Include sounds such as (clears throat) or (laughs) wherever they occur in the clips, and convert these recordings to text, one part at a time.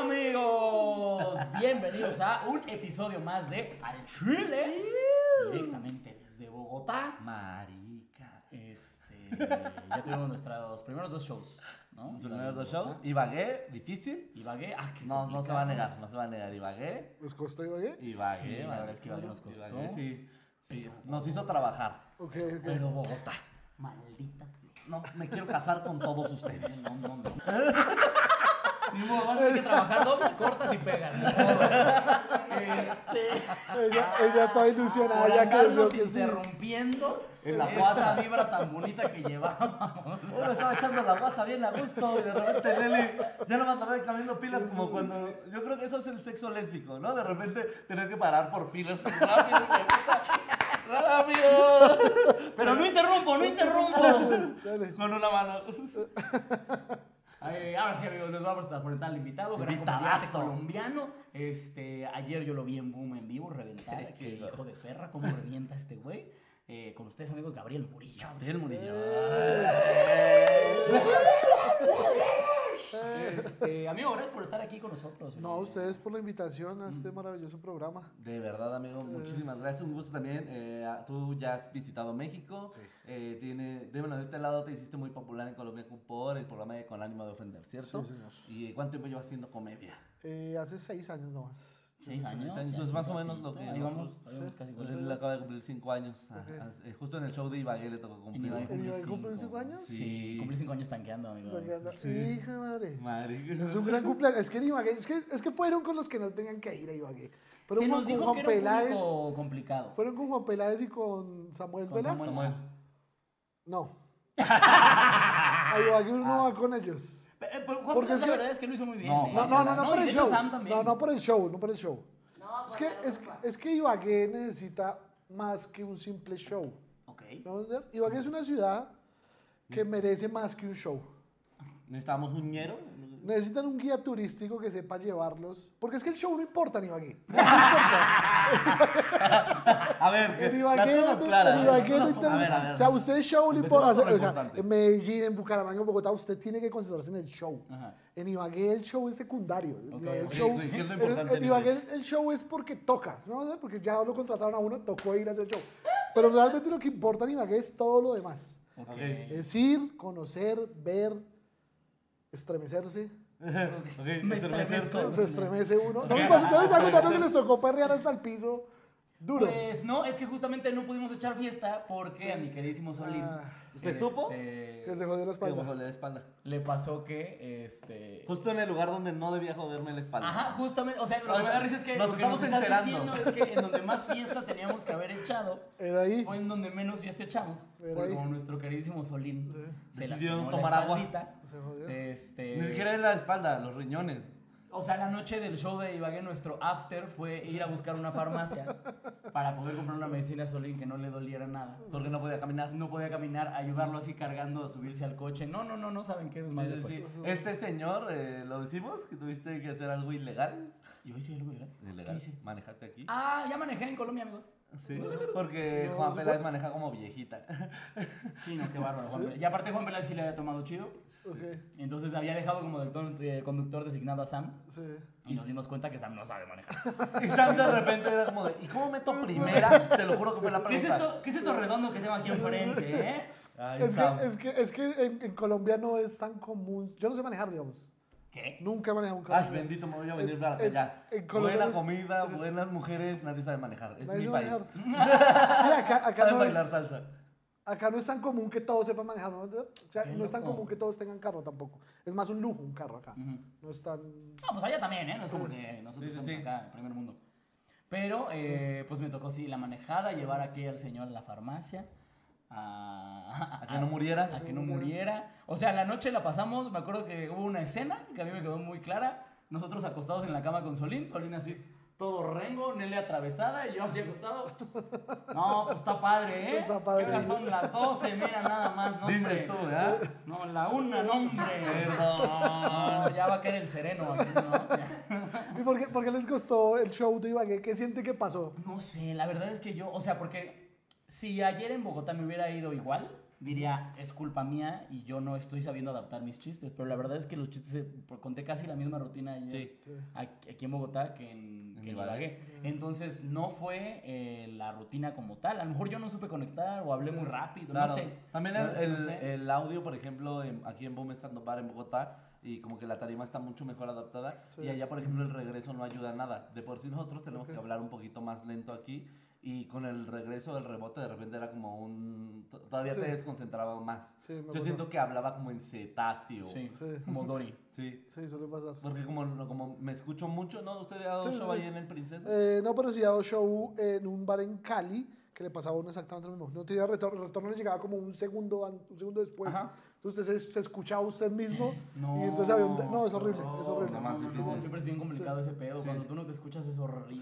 Amigos, bienvenidos a un episodio más de Al Chile, directamente desde Bogotá. Marica. Este, ya tuvimos nuestros primeros dos shows, ¿no? Los primeros dos shows. Ibagué, difícil. Y Ibagué, ah, qué No, no se complicado. va a negar, no se va a negar. Ibagué. ¿Les costó Ibagué? Ibagué, Sí, la verdad es que Ibagué nos costó. sí. sí, Nos hizo trabajar. Ok, ok. Pero Bogotá, maldita sea. No, me quiero casar con todos ustedes. No, no, no. Ni modo, vas a tener que trabajar doble, cortas y pegas. ni modo. Este... (laughs) Ella, ella toda ilusionada Por ya que vio andarnos que sí. interrumpiendo En la esa vibra tan bonita que llevábamos. Uno estaba echando la guasa bien a gusto y de repente Lele ya nomás la voy cambiando pilas como cuando... Yo creo que eso es el sexo lésbico, ¿no? De repente tener que parar por (laughs) pilas. Rápido, que puta, rápido. Pero no interrumpo, (laughs) no interrumpo. Dale. Con una mano. Eh, ahora sí, amigos, les vamos a presentar al invitado, gran comediante Invitadazo. colombiano. Este, ayer yo lo vi en Boom en vivo, (laughs) reventar. Qué hijo de perra, cómo revienta este güey. Eh, con ustedes, amigos, Gabriel Murillo. Gabriel Murillo. Este, amigo, gracias por estar aquí con nosotros. No, a Eh, ustedes por la invitación a este maravilloso programa. De verdad, amigo, Mm. muchísimas gracias. Un gusto también. Eh, a- tú ya has visitado México. Eh, tiene, de, bueno, de este lado te hiciste muy popular en Colombia por el programa de Con ánimo de ofender, ¿cierto? Sí, señor. ¿Y eh, cuánto tiempo llevas haciendo comedia? Eh, hace seis años nomás. Seis años. Seis años, pues, ya, más o un menos lo poquito. que Ahí vamos, nosotros- ahí vamos casi. Pues él acaba de cumplir cinco años. Ah, Ok. ah, eh, justo en el show de Ibagué le tocó En cumplir. Ibagué ¿En cumplí Ibagué cumplí cinco años? Sí, Sí. cumplí cinco años tanqueando, amigo. Porque anda- sí. Hija de madre. (laughs) Madre. Ah, Es un gran cumpleaños. Es que en Ibagué, es que, es que fueron con los que no tenían que ir a Ibagué. Pero Se hubo nos con dijo Juan que era un Peláez. público complicado. Fueron con Juan Peláez y con Samuel Con Vela. Samuel. Samuel. (laughs) No. A Ibagué uno va con ellos. Pe- eh, pero Juan Porque Peláez es la que- verdad es que lo hizo muy bien. No, eh, No, no, no, no, y por el de hecho show. Sam también. No, no por el show, no por el show. es, que, es, que- es que Ibagué necesita más que un simple show. Ok. ¿Me van a entender? Ibagué es una ciudad que merece más que un show. Necesitábamos un (laughs) ñero. Necesitan un guía turístico que sepa llevarlos. Porque es que el show no importa en Ibagué. (laughs) A ver, que- En las Ibagué cosas no- claras. en (laughs) Ibagué no Las cosas- interesa. a ver, a ver. O sea, usted show le Empecemos importa. por lo O sea, importante. en Medellín, en Bucaramanga, en Bogotá, usted tiene que concentrarse en el show. Ajá. En Ibagué el show es secundario. En Ok, Ibagué el ok, show- ok, ¿qué es lo en- importante en En Ibagué el- el show es porque toca. ¿no? ¿Verdad? Porque ya lo contrataron a uno, tocó ir a hacer show. Pero realmente lo que importa en Ibagué es todo lo demás. Ok. Ok. Es ir, conocer, ver, estremecerse. Ok, Me cerveza. estremezco. Se estremece uno. No les pasa, ustedes están contando que les tocó perrear hasta el piso. Duro. Pues no, es que justamente no pudimos echar fiesta porque a mi queridísimo Solín. este, Ah. ¿Usted supo? Que se jodió la Que me espalda. jodí la espalda. Le pasó que. Este. Justo en el lugar donde no debía joderme la espalda. Ajá, justamente, o sea, lo O que me sea, da risa es que nos lo que nos estamos estás enterando. diciendo es que en donde más fiesta teníamos que haber echado Era ahí. fue en donde menos fiesta echamos. Era Porque ahí. como nuestro queridísimo Solín se Decidió lastimó tomar la agua. espaldita, Se jodió. Este, Ni siquiera es la espalda, los riñones. O sea, la noche del show de Ibagué, nuestro after fue ir a buscar una farmacia para poder comprar una medicina a Solín que no le doliera nada. Porque no podía caminar. No podía caminar, ayudarlo así cargando a subirse al coche. No, no, no, no saben qué Sí, desmadre sí, fue. sí. Este señor, eh, lo decimos, que tuviste que hacer algo ilegal. ¿Y hoy sí algo legal? ¿Ilegal? hice? ¿Manejaste aquí? Ah, ya manejé en Colombia, amigos. Sí. Porque No, Juan se Peláez maneja como viejita. (laughs) Sí, no, qué bárbaro. Juan Peláez. Y aparte Juan Peláez sí le había tomado chido. Ok, Entonces había dejado como doctor- de conductor designado a Sam. sí. Y nos dimos cuenta que Sam no sabe (laughs) manejar. Y Sam de repente era como de, ¿y cómo meto primera? Te lo juro que fue la (laughs) ¿Qué es pregunta. esto, ¿qué es esto redondo que tengo (laughs) aquí enfrente, eh? Ay, Es Sam. que, es que, es que en, en Colombia no es tan común. Yo no sé manejar, digamos. ¿Qué? Nunca he manejado un carro. Ay, bendito, me voy a venir En- para en- allá. en Colombia Buena es- comida, buenas mujeres, nadie sabe manejar. Es eh, Nadie mi sabe país. manejar. Sí, (laughs) acá, acá, Saben no es, bailar salsa. acá no es tan común que todos sepan manejar. ¿no? O sea, Qué no es tan loco. común que todos tengan carro tampoco. Es más un lujo un carro acá. No es tan. No, pues allá también, ¿eh? No es como que nosotros Sí, sí, estamos sí. acá en primer mundo. Pero, eh, pues me tocó, sí, la manejada, llevar aquí al señor a la farmacia. A, (laughs) A que no Ah. muriera. A que no muriera. O sea, la noche la pasamos, me acuerdo que hubo una escena que a mí me quedó muy clara. Nosotros acostados en la cama con Solín, Solín así todo rengo, Nelly atravesada y yo así (laughs) acostado. No, pues está padre, ¿eh? Está padre. ¿Qué horas son las 12, mira nada más, ¿no? hombre? Dices tú, ¿verdad? (laughs) No, la una, no, hombre. Perdón. No, ya va a caer el sereno aquí, ¿no? Ya. ¿Y por qué, por qué les costó el show de Ibagué? ¿Qué siente que pasó? No sé, la verdad es que yo, o sea, porque si ayer en Bogotá me hubiera ido igual, diría, es culpa mía y yo no estoy sabiendo adaptar mis chistes, pero la verdad es que los chistes, se- por- conté casi la misma rutina ayer Sí. Sí. aquí aquí en Bogotá que en, En que en Ibagué. Ibagué. Entonces no fue eh, la rutina como tal, a lo mejor yo no supe conectar o hablé muy rápido, Claro. no sé. También La el, verdad es que no el- sé. el audio, por ejemplo, en- aquí en Boom Stand Up Bar en Bogotá, y como que la tarima está mucho mejor adaptada. Sí. Y allá, por ejemplo, el regreso no ayuda a nada. De por sí nosotros tenemos Ok. que hablar un poquito más lento aquí. Y con el regreso del rebote, de repente era como un. to- Todavía Sí. te desconcentraba más. Sí, me Yo pasó. siento que hablaba como en cetáceo. Sí, Sí. como Dory. Sí. Sí, suele pasar. Porque como, no- como me escucho mucho, ¿no? Usted ha dado Sí, sí, show sí. ahí en el Princesa. Eh, no, pero sí dado show en un bar en Cali que le pasaba a uno exactamente lo mismo. No tenía retorno, el retorno le llegaba como un segundo, an- un segundo después. Ajá. Entonces usted se, se escuchaba (gasps) usted mismo. No. Y entonces había un... No, es horrible, no, es horrible. No, no, Más no, difícil. siempre es bien complicado ese pedo. Sí. Cuando tú no te escuchas es horrible.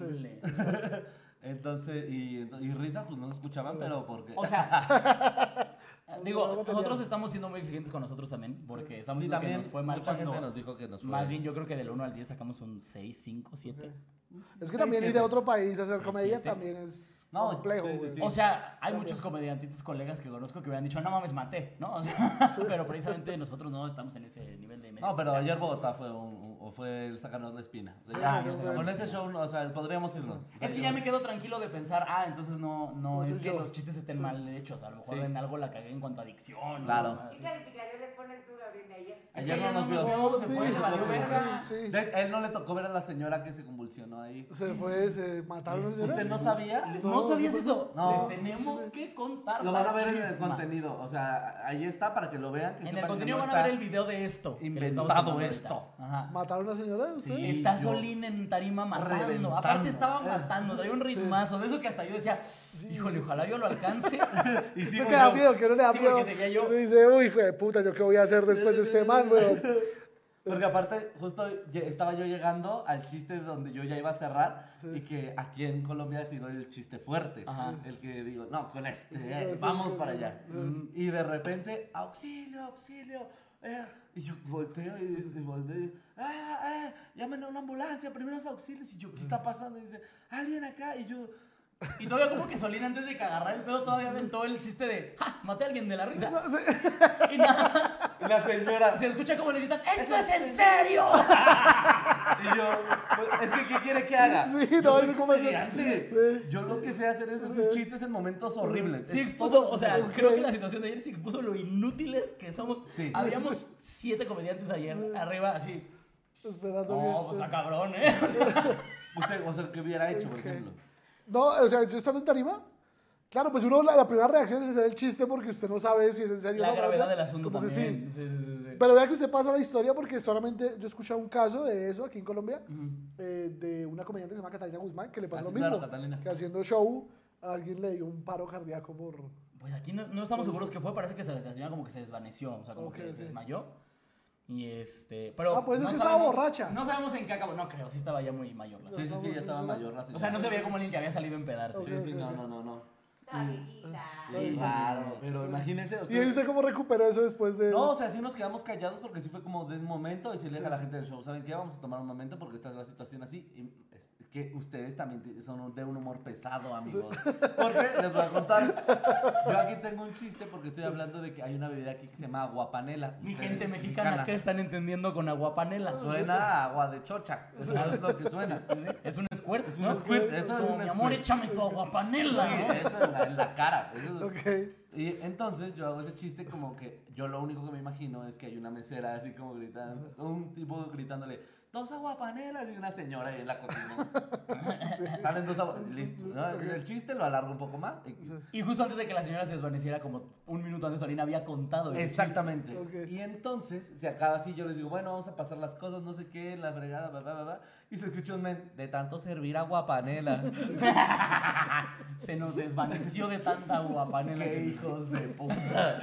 O sea, Entonces, y, ento- y risas, pues no se escuchaban, pero porque. O sea, (laughs) No, no digo, te nosotros llamo. estamos siendo muy exigentes con nosotros también, porque estamos sí, diciendo también que nos fue mal mucha gente cuando- nos dijo que nos fue Más bien, yo creo que del 1 al 10 sacamos un 6, 5, 7. Es que seis, también ir siete. a otro país a hacer Sí, comedia siete. también es No, complejo. sí, sí, güey. sí. O sea, hay Claro. muchos comediantitos colegas que conozco que hubieran dicho, no mames, maté, ¿no? O sea, (laughs) pero precisamente nosotros no estamos en ese nivel de... No, pero ayer Bogotá fue, un- un- o fue el sacarnos la espina. O sea, Sí, ya, sí, o sea, sí. con ese show, no, o sea, podríamos irnos. O sea, Es que yo- ya me quedo tranquilo de pensar, ah, entonces no, no, No es soy que yo. los chistes estén Sí. mal hechos, a lo mejor Sí. en algo la cagué en cuanto a adicción. Claro. ¿no? ¿Qué Así. calificación le pones tú, Gabriel, de ayer? Es Ayer que no ya no nos vio. nos vio, se Sí, fue, sí, valió sí. verga. sí. De- él no le tocó ver a la señora que se convulsionó ahí. Se fue, se mataron. a la señora. ¿Usted no sabía? ¿No, No, sabías pues, no, eso? no. Les tenemos que contar Lo van a la ver en el chisma. contenido. O sea, ahí está para que lo vean. Que En sepan el que contenido no van a ver está- el video de esto. que le estamos inventado contando esto. ahorita. Ajá. ¿Mataron a la señora? ¿Usted? Sí. Está yo- Solín en tarima matando. Reventando. Aparte estaba Eh. matando, traía un ritmazo. De eso que hasta yo decía, híjole, ojalá yo (laughs) lo alcance. Y sí, Eso que volvió. da miedo, que uno le da Sí, miedo. porque seguía yo. Uno dice, uy, fue puta, ¿yo qué voy a hacer después de este man, weón? (laughs) Porque aparte, justo lle- estaba yo llegando al chiste donde yo ya iba a cerrar Sí. y que aquí en Colombia ha sido el chiste fuerte. Ajá. El que digo, no, con este, Sí, eh, sí, vamos sí, para sí. allá. Sí. Y de repente, auxilio, auxilio. eh, y yo volteo y, dice- volteo y ah, ah, llamen a una ambulancia, primeros auxilios. Y yo, ¿qué está pasando? Y dice, alguien acá. Y yo, Y todavía como que Solín antes de que agarrar el pedo todavía sentó el chiste de, ¡ja! Maté a alguien de la risa. Y nada más y la señora. se escucha como le gritan, ¡esto es en serio! Y yo, pues, es que ¿qué quiere que haga? Sí, yo no, soy no, ¿cómo hacer? comediante. Sí. Yo lo que sé hacer es hacer chistes en momentos horribles. Sí expuso, o sea, creo que la situación de ayer sí expuso lo inútiles que somos. Sí. Habíamos siete comediantes ayer arriba así. Esperando No, que- pues está cabrón, ¿eh? O sea, Usted, o sea, el que hubiera hecho, por Ok. ejemplo. No, o sea, yo estando en tarima, claro, pues uno, la, la primera reacción es hacer el chiste porque usted no sabe si es en serio (laughs) o la no. pero gravedad ya, del asunto como que también. sí. Sí, sí, sí, sí. Pero vea que usted pasa la historia porque solamente yo he escuchado un caso de eso aquí en Colombia, Ujú. eh, de una comediante que se llama Catalina Guzmán, que le pasó Ah, lo sí, mismo. claro, Catalina. Que haciendo show, a alguien le dio un paro cardíaco por... Pues aquí no, no estamos seguros qué fue, parece que se la señora como que se desvaneció, o sea, como Ok, que ok. se desmayó. Y este, pero Ah, pues es no que estaba borracha. No sabemos en qué acabó, no creo, sí estaba ya muy mayor. la Sí, sí, sí, ya estaba mayor la señora. O sea, no se veía como alguien que había salido a empedarse. Sí, sí, no, no, no, no. Está viejita. Mm. Sí, claro, pero imagínese. ¿Y ahí Usted, usted cómo recuperó eso después de...? no, o sea, sí nos quedamos callados porque sí fue como de un momento y se le deja a la gente del show, ¿saben qué? Vamos a tomar un momento porque esta es la situación así. Y es que ustedes también ti- son de un humor pesado, amigos. Porque les voy a (laughs) contar. Yo aquí tengo un chiste porque estoy hablando de que hay una bebida aquí que se llama aguapanela. Mi Ustedes, gente mexicana, ¿qué están entendiendo con Ah. aguapanela? Suena a agua de chocha. Eso es lo que suena. ¿eh? Es un squirt, Es un ¿no? squirt, eso es como, un mi amor, squirt". échame tu aguapanela, Sí, ¿no? eso en la, en la cara. eso es- Ok. (laughs) Y entonces yo hago ese chiste como que yo lo único que me imagino es que hay una mesera así como gritando, un tipo gritándole, dos aguapanelas y una señora ahí en la cocina. (laughs) Salen dos agua- listo, ¿no? El chiste lo alargo un poco más. y- Y justo antes de que la señora se desvaneciera, como un minuto antes, Solina había contado. ese chiste. Exactamente. Ok. Y entonces se acaba así, yo les digo, bueno, vamos a pasar las cosas, no sé qué, la fregada, bla, bla, bla, bla. Y se escucha un men, de tanto servir aguapanela. Se nos desvaneció de tanta aguapanela. ¡Qué que- hijos de puta!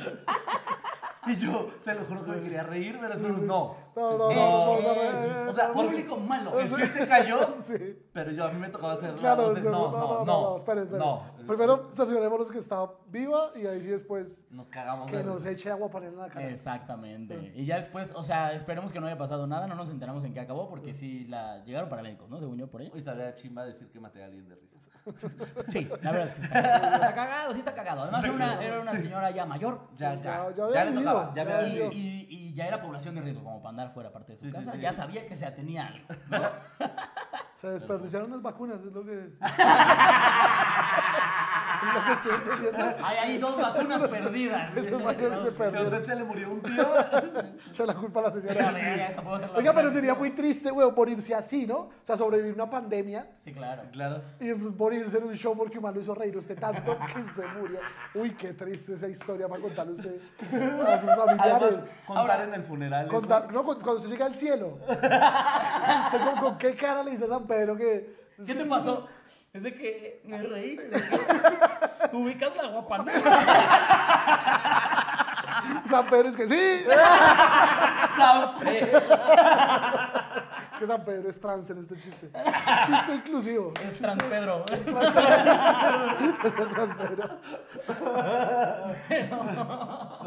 y yo, te lo juro que me quería reír, pero es como, no. No, no, Eh, no, somos eh, arre- o sea, no, público malo. El chiste cayó, Sí. pero yo a mí me tocaba hacer la Claro, voz de, eso, no, no, no, no, espere, espere. no. Primero cerciorémonos que está viva y ahí sí después Nos cagamos. que de nos risa. eche agua para en la cara. Exactamente. Y ya después, o sea, esperemos que no haya pasado nada, no nos enteramos en qué acabó, porque sí la llegaron paramédicos, ¿no? Según yo por ahí. Uy, estaría chimba decir que maté a alguien de risa. Sí, la verdad es que está, está cagado, sí está cagado. Además era una, era una señora ya mayor. Ya, Sí, ya, ya- ya ya, había le vivido, tocaba, ya ya había Y, había vivido. vivido. y- y ya era población de riesgo como para andar fuera parte de su Sí, sí, casa. sí. Ya sabía que se atenía a algo. Se desperdiciaron las vacunas, es lo que. (laughs) (laughs) es lo que estoy (laughs) entendiendo. Hay ahí dos vacunas perdidas. (laughs) Esas vacunas se Si a perdieron. usted se le murió un tío, (laughs) Echa la culpa a la Pero, señora. verga, esa puedo hacer la Oiga, pero vacuna. sería muy triste, güey, morirse así, ¿no? O sea, sobrevivir una pandemia Sí, claro. claro. y después morirse en un show porque Humano hizo reír a usted tanto (laughs) que usted murió. Uy, qué triste esa historia para contarle usted a sus familiares. (laughs) Además, contar Ahora, en el funeral. eso- (laughs) Contar- no, cu- cuando usted llega al cielo. ¿Usted con, con qué cara le dice a San Pedro que.? ¿Qué te pasó? Es de que me reí. de que- Ubicas la guapa negra. San Pedro es que sí. Es que San Pedro es trans en este chiste. Es un chiste inclusivo. (laughs) Es trans Pedro. Es el trans Pedro.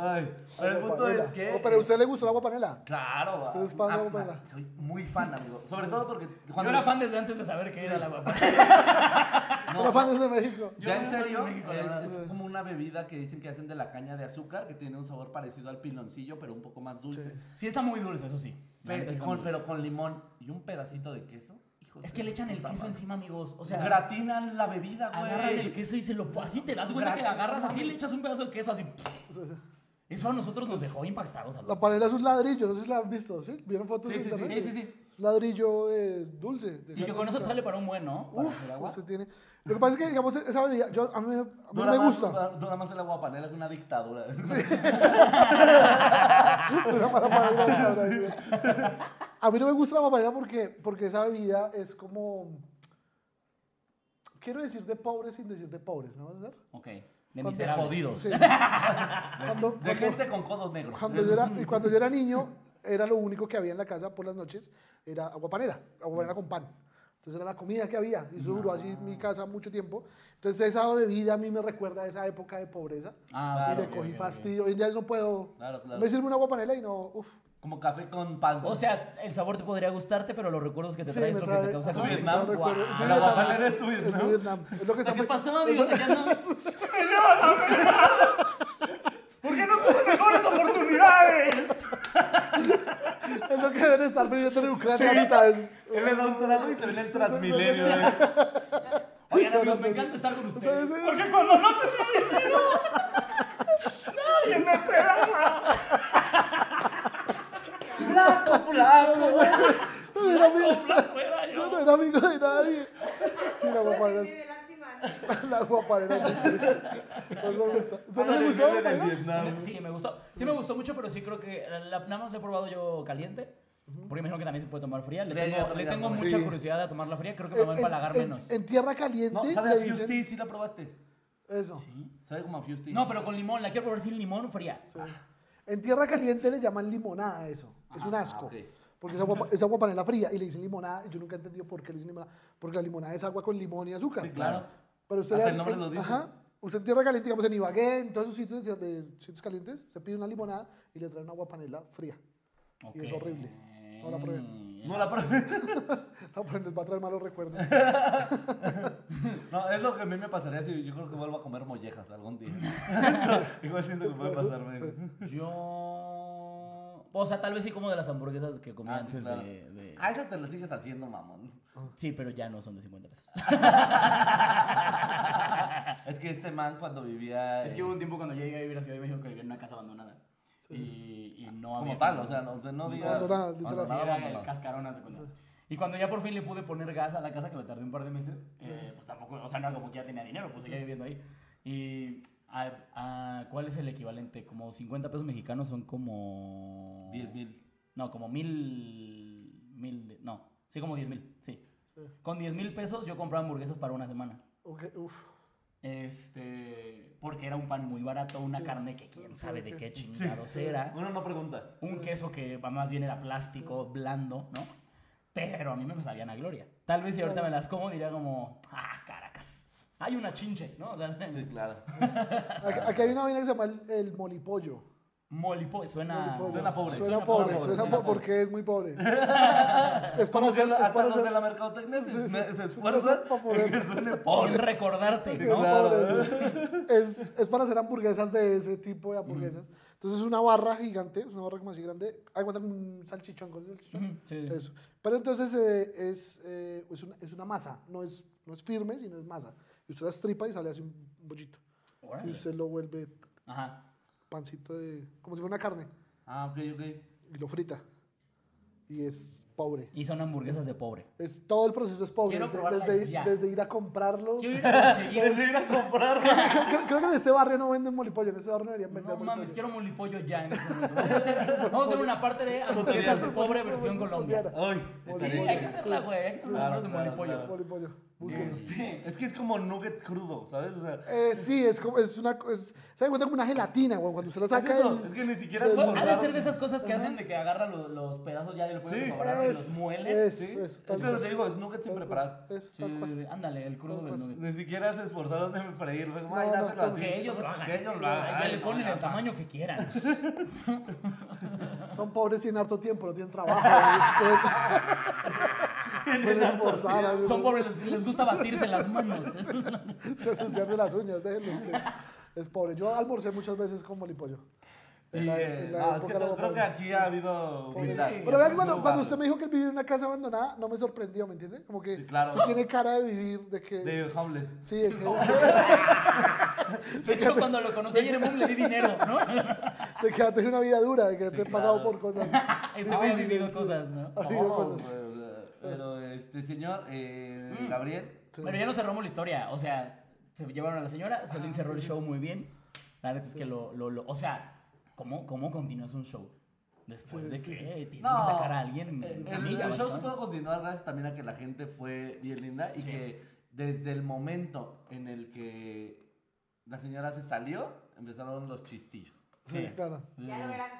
Ay, pero el Agua punto es panela. que. Oh, pero a usted le gustó la agua panela. Claro, Usted es fan de ah, Agua Panela. Soy muy fan, amigo. Sobre todo porque. Yo cuando- era fan desde antes de saber que era la guapa negra. No, Los fans de México. Yo Ya no en soy de serio, México, la verdad. es, es como una bebida que dicen que hacen de la caña de azúcar, que tiene un sabor parecido al piloncillo, pero un poco más dulce. Sí. Sí, está muy dulce, eso sí. La Pero, neta está con, muy pero dulce. con limón y un pedacito de queso. pues hijo Es de que le echan el puta queso madre. encima, amigos. O sea, Gratinan la bebida, agarran güey. el queso y se lo. Así te das cuenta que Gratis, agarras no así, mames. le echas un pedazo de queso así. Eso a nosotros nos dejó impactados. amigo. La panela es un ladrillo, no sé si la han visto, ¿sí? ¿Vieron fotos Sí, de sí, sí, internet? sí, sí, sí. Es Un ladrillo eh, dulce. de Y que carne con eso azúcar. te sale para un buen, ¿no? Para hacer Uf, agua. usted tiene. Lo que pasa es que, digamos, esa bebida, yo, a mí, a mí no Dura me más- gusta. (laughs) Dura más el agua panela que una dictadura. (laughs) Una mala palabra, una mala palabra. A mí no me gusta la papadera porque, porque esa bebida es como. Quiero decir de pobres sin decir de pobres, ¿no? ¿Entender? Ok. De Cuando- miserables. jodidos. (laughs) Sí. Cuando- De cuando- gente con codos negros. Cuando yo era, y cuando yo era niño, era lo único que había en la casa por las noches, era aguapanera, aguapanera con pan. Entonces era la comida que había, y eso duró así en mi casa mucho tiempo. Entonces esa bebida a mí me recuerda a esa época de pobreza. Ah, y claro, le ok, cogí ok, ok. fastidio. Hoy en día no puedo. Claro, claro. Me sirve una aguapanela y no. Uf. Como café con pan. O sea, el sabor te podría gustarte, pero los recuerdos que te Sí, traes me lo que trae- Ah, te causa ajá, Tu conflicto. Vietnam, me trae guau. recuerdos. Es La Vietnam. guapanera es tu Es Vietnam. Vietnam. Es lo que está ¿Qué muy- pasó, amigos? Aquí (laughs) andamos. ¿Por qué no tuve mejores oportunidades? Es lo que deben estar viviendo en Ucrania ahorita. Es, Él le da un trago y se ve el transmilenio. (laughs) güey. Oigan, amigos, me encanta estar con ustedes. Ustedes, sí. Porque cuando no tenía dinero, nadie me esperaba. Flaco, flaco, güey. no era amigo, Flaco era yo yo. no era amigo de nadie. Sí, la aguapanela es. Vive lástima. (laughs) La aguapanela es muy triste. No se me gusta. ¿Usted no le Ándale, gustó la viene de aguapanela? Vietnam. Sí, me gustó. Sí me gustó mucho, pero sí creo que la- nada más la he probado yo caliente. Porque me imagino que también se puede tomar fría. Le Fría, yo tengo, también le la tengo tomo. mucha Sí. Eh, curiosidad a tomarla fría. Creo que me va a empalagar en, menos. en tierra caliente No, ¿sabe a le dicen Fusty? Sí la probaste. eso. ¿Sabe como a Fusty? No, pero con limón. La quiero probar sin limón fría. sí. En tierra caliente le llaman limonada a eso. Es un Ah, asco. ok. Porque es agua, es agua panela fría y le dicen limonada. y Yo nunca he entendido por qué le dicen limonada. Porque la limonada es agua con limón y azúcar. Sí, claro. Pero usted, Hasta le- el nombre en- lo dice. Ajá. Usted en tierra caliente, digamos en Ibagué, en todos esos sitios de, de sitios calientes, usted pide una limonada y le traen agua panela fría. Y es Ok. horrible. No la prueben. Eh, No la probé. No, pero les va a traer malos recuerdos. (laughs) No, es lo que a mí me pasaría si yo creo que vuelvo a comer mollejas algún (laughs) día. Igual siento que puede pasarme. Yo. O sea, tal vez sí como de las hamburguesas que comía Ah, sí, antes claro. de, de- Ah. A esas te las sigues haciendo, (laughs) mamón. Sí, pero ya no son de (laughs) 50 pesos. Es que este man cuando vivía. Es eh, que hubo un tiempo cuando yo llegué a vivir a Ciudad de México que vivía en una casa abandonada. Y, y no había. Como tal, o sea, no, no digas. Abandonada, literal. Sí, abandonada, era el abandonada. cascarón, haz de cuenta. Y cuando ya por fin le pude poner gas a la casa, que me tardé un par de meses, eh, pues tampoco, o sea, no era como que ya tenía dinero, pues seguía viviendo ahí. Y, a- a- ¿cuál es el equivalente? Como 50 pesos mexicanos son como... 10 mil. No, como mil... mil de- no, sí, como 10 mil, sí. Con 10 mil pesos yo compraba hamburguesas para una semana. Ok, uf. Este, porque era un pan muy barato, una Sí. carne que quién Sí, sabe de sí. qué Sí. chingados era. Uno no pregunta. Un queso que más bien era plástico, blando, ¿no? Pero a mí me sabían a gloria. Tal vez si ahorita me las como diría como, ah, Caracas. Hay una chinche, ¿no? O sea, (laughs) Sí, claro. Aquí aquí hay una vaina que se llama el, el molipollo. molipo, Ah, suena... Molipollo. suena pobre, Suena pobre, suena, pobre, pobre. porque es muy pobre. es (laughs) para Como que hacer, es hasta para los de hacer, la mercadotecnia se, Sí, sí, se- se sí, esfuerzan para en poder- que suene Sin pobre. recordarte, es, ¿no? Claro. pobre, sí. es, es para hacer hamburguesas de ese tipo de hamburguesas. Entonces es una barra gigante, es una barra como así grande. Aguanta como un salchichón, ¿conoces el salchichón? Ujú, sí. Eso. Pero entonces eh, es, eh, es, una, es una masa, no es, no es firme, sino es masa. Y usted la estripa y sale así un bollito. Y Órale. usted lo vuelve Ajá. pancito de. como si fuera una carne. Ah, ok, (laughs) ok. Y lo frita. Y es pobre. Y son hamburguesas de pobre. Es, todo el proceso es pobre. Quiero Desde, probarla desde- ya. desde ir a comprarlo. Quiero ir a Quieres conseguir... ir a comprarlo. Creo, creo que en este barrio no venden molipollo, en este barrio no deberían vender No mames, molipollo. quiero molipollo ya en este momento. Vamos a hacer, vamos a hacer una parte de hamburguesas de pobre versión Colombia. Ay, Sí, estaría hay que bien. hacerla, güey. Hay que hacer unas Claro, barras de claro, molipollo. claro. Molipollo, búsquenlo. Este, Es que es como nugget crudo, ¿sabes? O sea, Eh, sí, es como, es una, es, se da cuenta como una gelatina, güey, cuando usted la es, saca eso, del- es que ni siquiera del- es Ha de ser forzado. de esas cosas que hacen de que agarra lo- los, pedazos ya y lo pueden Sí, sobrar y los es- muele. es- Sí, eso, esto tal es lo que cual. te digo, es nugget sin preparar. Es Sí, tal cual. ándale, el crudo del nugget. Ni siquiera se esforzaron en freír. Fue como, No, ay, no, dáselo como así. Que ellos lo hagan. Que ellos lo hagan. Ya Ay, le no, ponen ya el está. tamaño que (laughs) quieran. Son pobres y en harto tiempo, no tienen trabajo. no se pueden esforzar. así, Son no- pobres, les- les gusta batirse las (laughs) manos. Se ensuciarse las uñas, déjenlos que es pobre. Yo almorcé muchas veces con molipollo. Y, eh, no, es que época de todo- creo que Bogotá. aquí ha habido humildad. Sí. Pero vean, cuando, Hubo cuando barrio. usted me dijo que él vivía en una casa abandonada, no me sorprendió, ¿me entiende? Como que Sí, claro. sí tiene cara de vivir, de que... De (laughs) homeless. Sí, de que, De hecho, cuando lo conocí a Jeremón le di dinero, (laughs) ¿no? de que ha tenido una vida dura, de que te he pasado claro. por cosas. Este güey ha difíciles, vivido sí. cosas, ¿no? Ha habido Todos, cosas. Mm. güey, o sea, Pero este señor, eh, Gabriel, Sí. Pero ya no cerramos la historia. O sea, se llevaron a la señora, Solín cerró el show muy bien. La neta es que lo, lo, lo- O sea, ¿cómo, cómo continúas un show? Después Sí, de sí, que sí. tienen No, que sacar a alguien en, El, en el- camilla, el show se básicamente. puede continuar gracias también a que la gente fue bien linda y Sí. que desde el momento en el que la señora se salió, empezaron los chistillos. Sí, claro. Ya Mm. lo verán.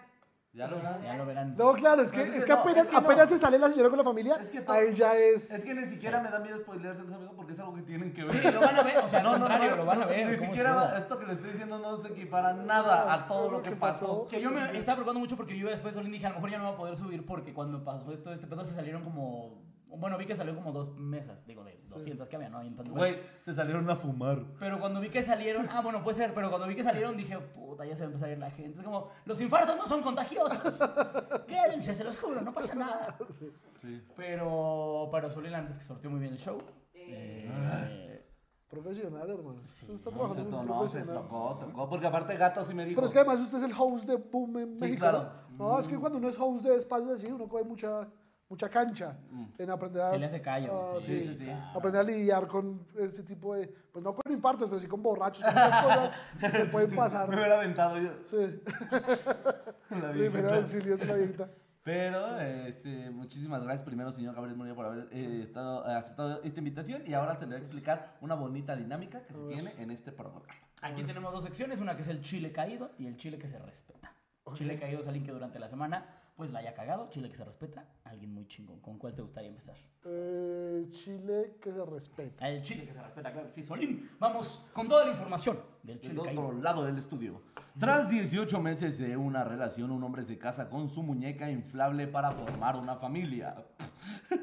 Ya lo verán. Ya lo verán. No, claro, es que, Pero es que es que no, apenas, es que no. apenas se sale la señora con la familia, Es que todo- a él ya es... Es que ni siquiera me da miedo spoilearse los amigos porque es algo que tienen que ver. Sí, lo van a ver. (laughs) O sea, no, contrario, lo van a ver. Ni ¿cómo siquiera va- estuvo? esto que le estoy diciendo no se equipara nada a todo lo que pasó. Que yo me estaba preocupando mucho porque yo después Solín dije, a lo mejor ya no va a poder subir porque cuando pasó esto, este pedo se salieron como... Bueno, vi que salió como dos mesas, digo, de 200 que había, ¿no? Hay tanto- Güey, se salieron a fumar. Pero cuando vi que salieron, ah, bueno, puede ser, pero cuando vi que salieron dije, puta, ya se va a empezar a ir la gente. Es como, los infartos no son (laughs) contagiosos. Quédense, se los juro, no pasa nada. Sí. Pero, pero Solín antes que sorteó muy bien el show. Sí. Eh, Profesional, hermano. Usted está No, se, trabajando to- en no, se profesional. tocó, tocó. Porque aparte Gato sí me dijo. Pero es que además usted es el host de Boom en Sí, México. claro. Mm. ¿no? No, es que cuando uno es host de espacios así, uno coge mucha, mucha cancha Mm. en aprender a, Se le hace callo, a- Oh, sí, sí, sí. aprender a lidiar con ese tipo de, pues no con infartos, pero sí con borrachos, con muchas cosas que (laughs) pueden Me pasar. hubiera aventado yo. Sí, La primero viejita. auxilio es la viejita. Pero, este, muchísimas gracias primero, señor Gabriel Murillo, por haber eh, estado, eh, aceptado esta invitación. Y ahora te voy a explicar una bonita dinámica que se tiene en este programa. Aquí tenemos dos secciones, una que es el chile caído y el chile que se respeta. Chile caído es alguien que durante la semana, pues la haya cagado. Chile que se respeta, alguien muy chingón. ¿Con cuál te gustaría empezar? Eh, Chile que se respeta. El chile que se respeta, claro que sí, Solín. Vamos con toda la información del Del chile otro caído. lado del estudio. Tras 18 meses de una relación, un hombre se casa con su muñeca inflable para formar una familia. (laughs)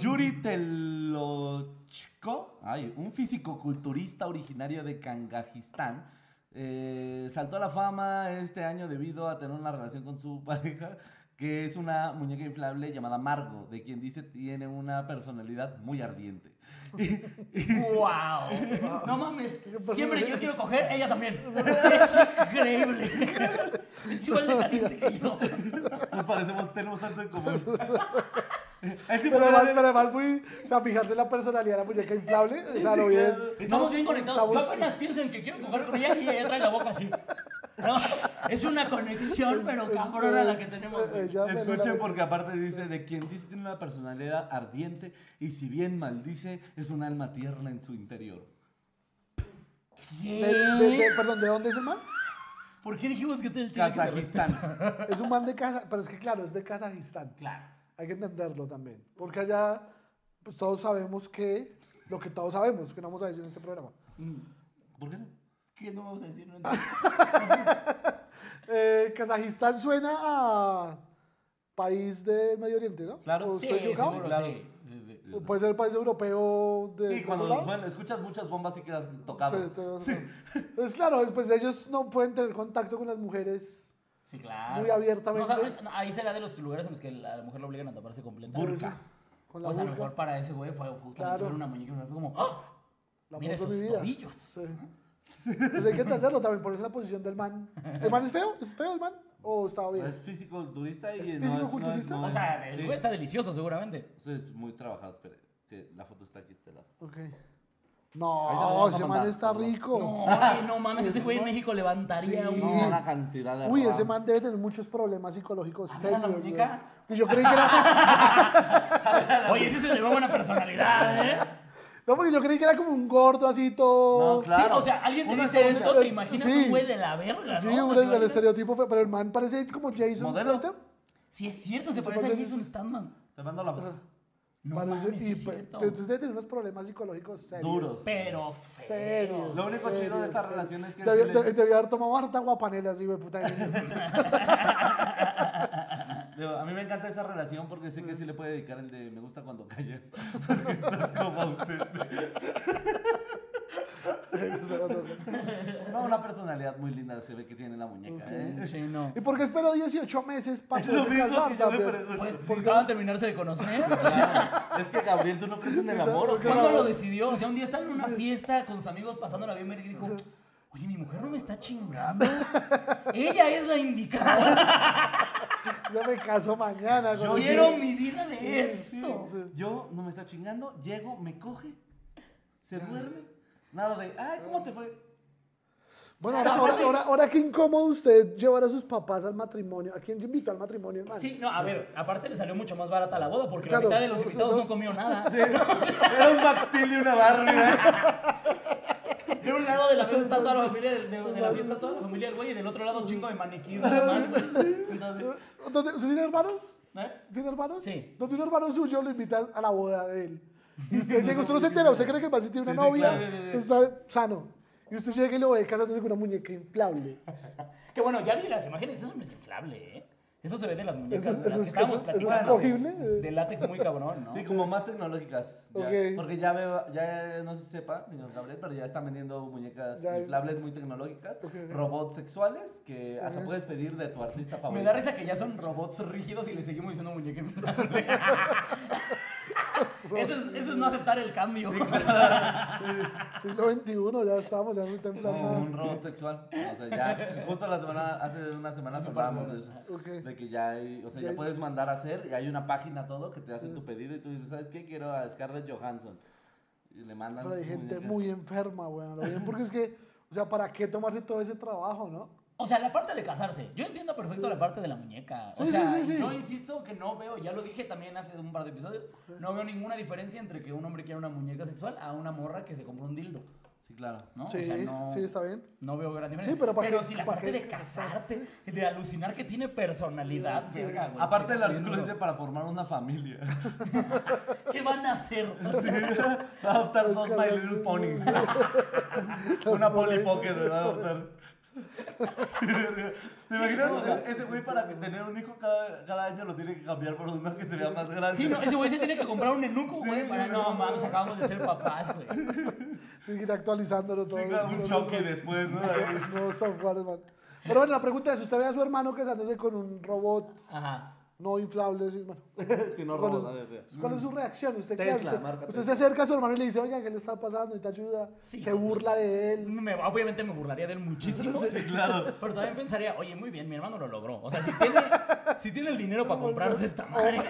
Yuri Telochko, ay, un físico-culturista originario de Kangajistán, eh, saltó a la fama este año debido a tener una relación con su (laughs) pareja, que es una muñeca inflable llamada Margo, de quien dice tiene una personalidad muy ardiente. (laughs) ¡Wow! No mames, siempre que yo quiero coger, ella (laughs) también. Es increíble. Es igual de caliente que yo. Nos parecemos, tenemos tanto en (laughs) común. Él sí pues, Pero podría además, haber- pero además muy, o sea, fijarse en la personalidad de la muñeca inflable, o sea, lo bien. Estamos bien conectados. Yo Estamos- apenas pienso en que quiero coger con ella y ella trae la boca así. No, es una conexión, pero cabrona la que tenemos. güey. Ella me lo- Escuchen porque aparte dice de quien dice tiene una personalidad ardiente y si bien maldice es un alma tierna en su interior. ¿Qué? De- de- de- perdón, ¿de dónde es el man? ¿Por qué dijimos que este es el chino que te Kazajistán. Es un man de casa, pero es que claro, es de Kazajistán. respeta? Claro. Hay que entenderlo también. Porque allá, pues todos sabemos que, lo que todos sabemos, que no vamos a decir en este programa. ¿Por qué no? Mm. ¿Qué no vamos a decir? No Ah, entiendo. Eh, Kazajistán suena a país de Medio Oriente, ¿no? Claro. ¿O Sí, estoy equivocado? seguro, Claro. sí, sí, sí. ¿O puede ser país europeo de Sí, de cuando otro lado? bueno, escuchas muchas bombas y quedas tocado. Sí, todo- Entonces, claro, pues ellos no pueden tener contacto con las mujeres. Sí, claro. Muy abiertamente. No, o sea, no, ahí será de los lugares en los que la- a la mujer la obligan a taparse completamente. Burka. Con la Pues a lo burka. mejor para ese güey fue justamente Claro. ver una muñeca y fue como, ¡ah! La Mira foto esos de mi vida. tobillos. Sí. Pues hay que entenderlo también, por eso la posición del man. ¿El man es feo? ¿Es feo el man? ¿O estaba bien? Es físico-culturista y ¿Es no físico-culturista? no O sea, el sí. güey está delicioso seguramente. Eso es muy trabajado, espera. Que la foto está aquí, este lado. Ok. Ahí se la vamos No, a ese man mandar. está No. rico. No, oye, no mames, ese güey en México levantaría un... Sí. No, una cantidad de Uy, rodadas. ese man debe tener muchos problemas psicológicos. ¿Ah, serios, la muñeca? güey. Y yo creí que era. (laughs) Oye, ese se le ve buena personalidad, ¿eh? No, porque yo creí que era como un gordo así todo. No, claro. Sí, o sea, alguien te Una dice cosa- esto, te imaginas Sí. un güey de la verga, Sí, ¿no? O sea, un- ¿te el imaginas? estereotipo fue, pero el man parece como Jason Modelo. Statham. Sí, es cierto, se Se parece a parece- Jason Statham. Te mando la Ah. foto. No Parece- mames, sí y es pe- cierto. Entonces debe tener unos problemas psicológicos serios. Duros. Pero Serios. feo. Lo único chido de esta serios, relación serios. es que Debió, sí le- de- debió haber tomado harta guapanela así, güey, puta. (laughs) Digo, a mí me encanta esa relación porque sé que sí le puede dedicar el de me gusta cuando callas. (laughs) Porque estás como ausente. No, una personalidad muy linda se ve que tiene la muñeca. ¿eh? Sí, no. ¿Y por qué esperó 18 meses (laughs) para Es lo poderse mismo pues casar que yo me también? pregunto. Pues necesitaban terminarse de conocer. Claro, (laughs) es que Gabriel, tú no crees en el amor. ¿o qué? ¿Cuándo lo pues, decidió? O sea, un día estaba en una fiesta con sus amigos pasándola bien verga y dijo, oye, mi mujer no me está chingando. (laughs) Ella es la indicada. Yo me caso mañana. Yo güey. quiero mi vida de esto. Yo no me está chingando, llego, me coge, se duerme. Nada de, ay, ¿cómo te fue? (laughs) Bueno, ahora, ahora, ahora, ahora qué incómodo usted llevar a sus papás al matrimonio. ¿A quién invitó al matrimonio, hermano? Sí, no, a ver, aparte le salió mucho más barata la boda porque Claro, la mitad de los o sea, invitados dos- no comió nada. Era un Max Steel y una Barbie. ¿eh? De un lado de la mesa está toda la familia, del- de, de la fiesta toda la familia del güey y del otro lado un chingo de maniquís nada más, güey. Entonces, ¿Dónde- ¿Usted tiene hermanos? ¿eh? ¿Tiene hermanos? Sí. Donde un hermano suyo lo invita a la boda de él. Y usted llega, usted no se entera, usted cree que el man sí tiene una Sí, sí, novia, claro, sí, sí. se está sano. Y usted llega y lo ve casándose con una muñeca inflable. Que bueno, ya vi las imágenes, eso no es inflable, ¿eh? Eso se ve de las muñecas Eso es- de las eso que es- estábamos eso es- eso es platicando, güey. cogible, eh. De látex muy cabrón, ¿no? Sí, como más tecnológicas. ya. Ok. Porque ya veo, ya no se sepa, señor Gabriel, pero ya están vendiendo muñecas Ya. inflables muy tecnológicas, Ok, ok. robots sexuales que hasta puedes pedir de tu artista Me favorito. da risa que ya son robots rígidos y le seguimos diciendo muñeca inflable. (laughs) eso, es, eso es no aceptar el cambio. Siglo XXI, ya estábamos ya en un templo. Como un robot sexual. O sea, ya, justo la semana, hace una semana Hace un par de hablábamos de eso. semanas. Ok. De que ya hay, o sea, Ya ya hay- puedes mandar a hacer y hay una página todo que te hacen tu pedido y tú dices, ¿sabes qué? Quiero a Scarlett Johansson. Y le mandan. Pero hay su gente muñeca. muy enferma, weón. Lo bien, porque es que, o sea, ¿para qué tomarse todo ese trabajo, no? O sea, la parte de casarse. Yo entiendo perfecto la parte de la muñeca. O Sí, sí, sea, sí, sí. no insisto que no veo, ya lo dije también hace un par de episodios, no veo ninguna diferencia entre que un hombre quiera una muñeca sexual a una morra que se compró un dildo. Sí, claro. ¿no? O sí, sea, no- sí, está bien. No veo gran diferencia. Sí, pero ¿pa' qué- si la pa' parte qué de casarse, de alucinar que tiene personalidad, Sí. verga, güey, Aparte el chico, artículo duro. dice para formar una familia. ¿Qué van a hacer? Va a adoptar Es dos que My a Little veces- Ponies. (laughs) Los Una Polly pobres, Pocket, sí, ¿verdad? Doctor? (laughs) ¿Te imaginas? O sea, ese güey para que tener un hijo cada, cada año lo tiene que cambiar por uno que se vea más grande. Sí, no, ese güey se tiene que comprar un enuco, Sí, güey. sí, para- sí. no, mames, acabamos de ser papás, güey. Tienen que ir actualizándolo todo. Sí, claro, un Todos choque los- después, ¿no? (laughs) los Nuevos softwares, man. Pero bueno, la pregunta es, ¿usted ve a su hermano casándose con un robot Ajá. no inflable? Sí, bueno. Si no ¿Cuál robas, es, a ver, vea. cuál es su reacción? ¿Usted, qué Tesla, hace? usted, marca usted se Tesla. acerca a su hermano y le dice, oiga, ¿qué le está pasando? ¿Y te ayuda? Sí. Se burla de él. Me- obviamente me burlaría de él (laughs) muchísimo. Sí, claro. Pero también pensaría, oye, muy bien, mi hermano lo logró. O sea, si tiene, si tiene el dinero para comprarse esta madre,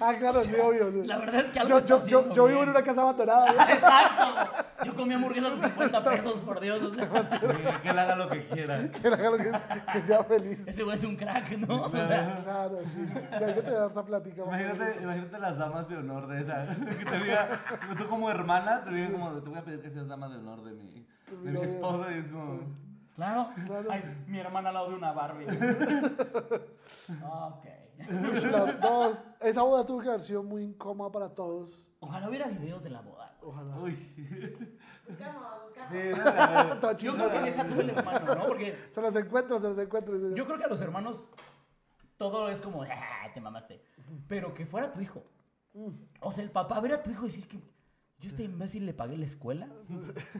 Ah, claro, sí, obvio. sí. la verdad es que algo Yo, está yo, yo, haciendo yo vivo bien. en una casa abandonada. ¿no? (laughs) Exacto. Yo comía hamburguesas de 50 pesos, por Dios. O sea, Mira, que él haga lo que quiera. Que haga lo que, es- que sea feliz. ese güey es un crack, ¿no? O sea, Claro, sí. Si hay que tener harta plática. vamos a ver Imagínate, imagínate las damas de honor de esa. (laughs) Que te diga, tú como hermana, te digas como, te voy a pedir que seas dama de honor de mi, de mi mi novio". esposa. Y es como, claro. Claro. Ay, mi hermana al lado de una Barbie. ok. eso. Las dos. Esa boda tuvo que haber sido muy incómoda para todos. Ojalá hubiera videos de la boda. Ojalá. uy. Sí, Buscamos, buscamos. no, la (laughs) verdad. Toda Yo chingada. creo que deja tú el hermano, ¿no? Porque Se las encuentro, se las encuentro. yo creo que a los hermanos todo es como, "Ah, te mamaste. Pero que fuera tu hijo. Mm. O sea, el papá ver a tu hijo y decir que yo a este imbécil le pagué (laughs) la escuela.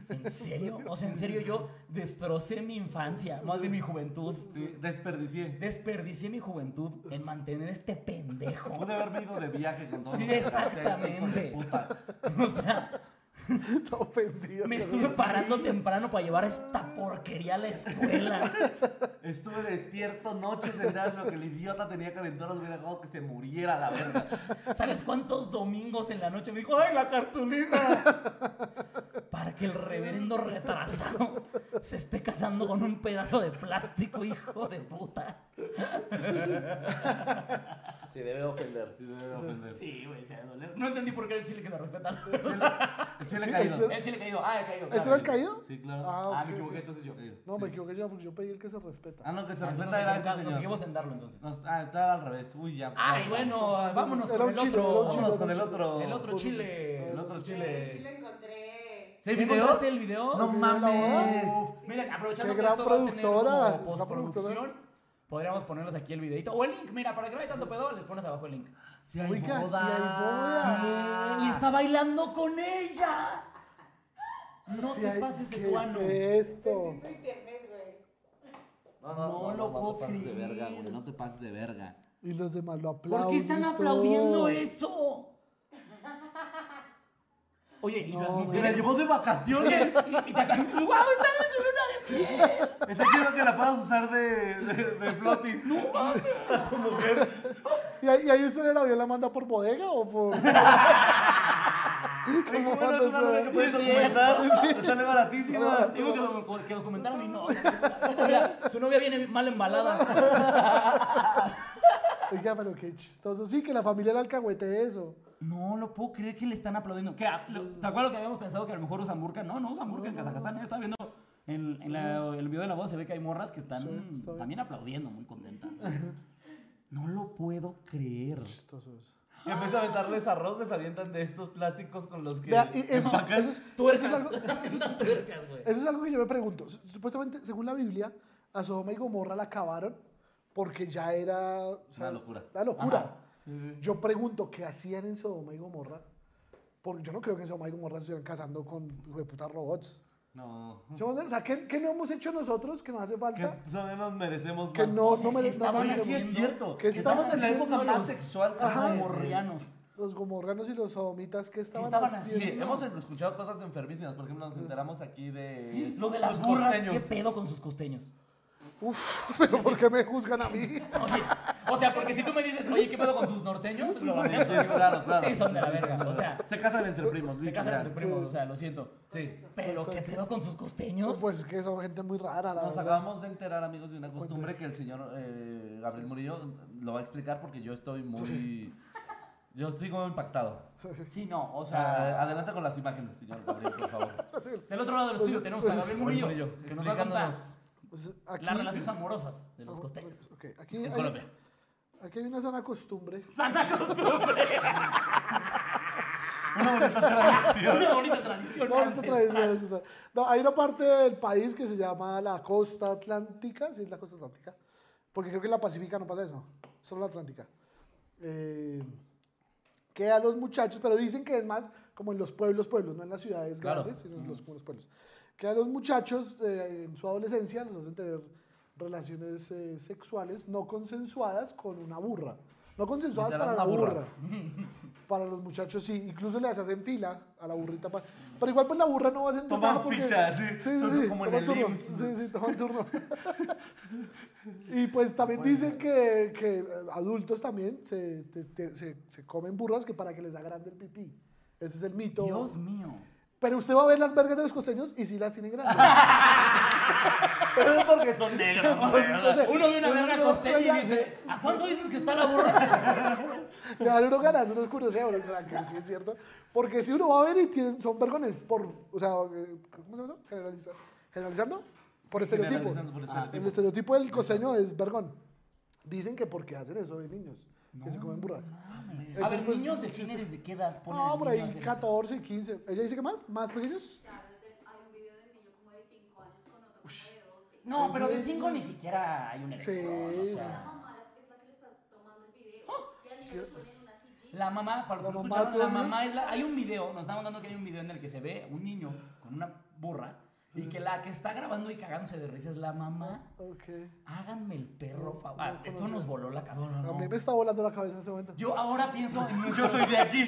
¿En serio? O sea, en serio yo destrocé mi infancia, más bien mi juventud. Sí, desperdicié. Desperdicié mi juventud en mantener este (laughs) pendejo. Pude haberme ido de viaje con todo. Sí, lo que pasé, hijo de exactamente. puta. (laughs) O sea, que está ofendido. me estuve parando temprano para llevar esta porquería a la escuela. Estuve despierto noches enteras lo que el idiota tenía calentura, los hubiera dejado que se muriera a la verga. ¿Sabes cuántos domingos en la noche me dijo, ¡ay, la cartulina! Para que el reverendo retrasado se esté casando con un pedazo de plástico, hijo de puta. Se debe ofender. Sí, debe ofender. Sí, güey, se va a doler. No entendí por qué era el chile que se respeta. la El verdad. chile- el chile Sí, caído. este- El chile caído. Ah, el caído. ¿Este claro. era el caído? Sí, claro. Ah, Ah, ok, me equivoqué, ok. entonces yo. No, Sí. me equivoqué yo porque yo pedí el que se respeta. Ah, no, que se Ah, respeta nos era equivocamos, ese Nos seguimos señor. en darlo entonces. Nos- ah, estaba al revés. Uy, ya. Ay, bueno, vámonos Era con un el chile, era un otro. chile. Vámonos con el otro. El otro chile. El otro Sí, sí lo chile. encontré. ¿Sí hay ¿Encontraste videos? el video? No mames. Uf, miren, aprovechando Qué que gran esto va a tener productora, como está postproducción, podríamos ponerles aquí el videito. O el link, mira, para que no haya tanto pedo, les pones abajo el link. Si hay Oiga, sí boda. hay Ah. boda. Y está bailando con ella. No Sí te hay- pases de ¿Qué tu es ano. esto? Bendito internet, güey. No, No lo puedo te pases de creer. verga, güey. No te pases de verga. Y los demás lo aplauden. ¿Por qué están y todo. aplaudiendo eso? Oye, y las No, Me la mujeres. llevó de vacaciones. Oye, y, y te acá- ¡Guau! ¡Está en su luna de piel! Está chido que la puedas usar de, de, de flotis. No mames. A tu mujer. ¿Y ahí, y ahí usted en el avión la manda por bodega (laughs) o por.? Ay, ¿Cómo bueno, es una mandas, novia eh? que puedes Sí, sí. documentar. Te Sale baratísima. Digo que, docu- que documentaron y no. Oiga, su novia viene mal embalada. Oiga, pero qué chistoso. Sí, que la familia era alcahuete eso. No lo puedo creer que le están aplaudiendo. ¿Qué? Ah, lo- ¿Te acuerdas lo que habíamos pensado que a lo mejor usan burka? No, no usan burka en Kazajstán. Yo estaba viendo en, en la- el video de la voz, se ve que hay morras que están Sí, está bien. también aplaudiendo, muy contentas. No lo puedo creer. Chistoso eso. Y en vez de aventarles arroz, les avientan de estos plásticos con los que. Vea, y eso, empacan. eso es, Tuercas. Eso es (laughs) Son tuercas, güey. eso es algo que yo me pregunto. Su- Supuestamente, según la Biblia, a Sodoma y Gomorra la acabaron porque ya era. o Una locura. La locura. Ajá. Yo pregunto, ¿qué hacían en Sodoma y Gomorra? Porque yo no creo que en Sodoma y Gomorra se estuvieran casando con hijo de puta robots. No. ¿Sí me entienden? O sea, ¿qué, qué no hemos hecho nosotros que nos hace Que falta? solo nos merecemos Que más. no, no me Está no me buena, Oye, hacemos- sí es cierto. ¿Qué Estamos en estaban la época haciendo más los- sexual. Ajá, cabrón. morrianos. Los gomorranos y los sodomitas que estaban, estaban haciendo. Sí, hemos escuchado cosas enfermísimas. Por ejemplo, nos enteramos aquí de. Lo de las los burras, ¿qué costeños. pedo con sus costeños? (laughs) Uf, pero ¿por qué me juzgan a mí? Oye, o sea, porque si tú me dices, oye, ¿qué pedo con tus norteños? Lo Sí, sí, claro, claro. Sí, son de la verga. O sea, Se casan entre primos. se listo, casan ya. entre primos, o sea, lo siento. Sí. Pero ¿qué pedo con sus costeños? Pues es que son gente muy rara, la Nos verdad. acabamos de enterar, amigos, de una costumbre que el señor eh, Gabriel Murillo lo va a explicar porque yo estoy muy. Yo estoy como impactado. Sí, no, o O sea, eh, sea, adelante con las imágenes, señor Gabriel, por favor. del otro lado del estudio tenemos a pues, Gabriel Murillo, Murillo, que nos va a contar explicándonos. Pues aquí, pues, las relaciones amorosas de los costeños. Ok, aquí En hay, Colombia. aquí hay una (laughs) sana costumbre. Sana costumbre. Una bonita tradición. Una bonita (laughs) tradición. No, esta ancestral. tradición es otra. No, hay una parte del país que se llama la costa atlántica, sí es la costa atlántica, porque creo que en la pacífica no pasa eso, solo la atlántica. Eh, que a los muchachos, pero dicen que es más como en los pueblos, pueblos, no en las ciudades Claro. grandes, sino en los, como los pueblos. Que a los muchachos eh, en su adolescencia los hacen tener relaciones eh, sexuales no consensuadas con una burra. No consensuadas Literal, para la una burra. burra. Para los muchachos sí, incluso les hacen fila a la burrita. pa- Pero igual pues la burra no va a sentir Toman nada porque- ficha, sí. Sí, sí, Son sí, como en toman el turno. IMSS. Sí, sí, (laughs) toman turno. y pues también dicen que, que eh, adultos también se, te- te- se, se comen burras que para que les agrande el pipí. Ese es el mito. Dios mío. Pero usted va a ver las vergas de los costeños y sí las tienen grandes. Pero es porque son (laughs) negros, güey. o sea, Entonces, Uno ve una entonces verga uno costeña y ya- dice, ¿a cuánto dices que está la (laughs) burra? Le dan unos ganas, unos curioseos, o sea, que sí es cierto. Porque si uno va a ver y tienen- son vergones por, o sea, eh, ¿cómo se llama eso? Generalizar. Generalizando por estereotipos. este Generalizando por El estereotipos. estereotipo del costeño es vergón. Dicen que porque hacen eso de niños, que se comen burras. A Entonces, ver, pues, niños de chiste. quién eres, de qué edad Ah, ponen No, al niño por a ahí hacer eso? 14 y 15. ¿Ella dice que más? ¿Más pequeños? Claro, es de- hay un video del niño como de 5 años con otro como de 12. No, pero de 5 ni siquiera hay una Sí. elección. O La sea, mamá es la que le está tomando el video y al niño lo ponen en una silla. ¡Ah! la mamá, para los La que no mamá escucharon, la ¿eh? toma. mamá es la. Hay un video, nos están contando que hay un video en el que se ve un niño con una burra y que la que está grabando y cagándose de risa es la mamá. Ok. Háganme el perro favor. Ah, no esto conocía. nos voló la cabeza. pues, A mí me está volando la cabeza en ese momento. Yo ahora (laughs) pienso en Yo nuestros- soy de aquí.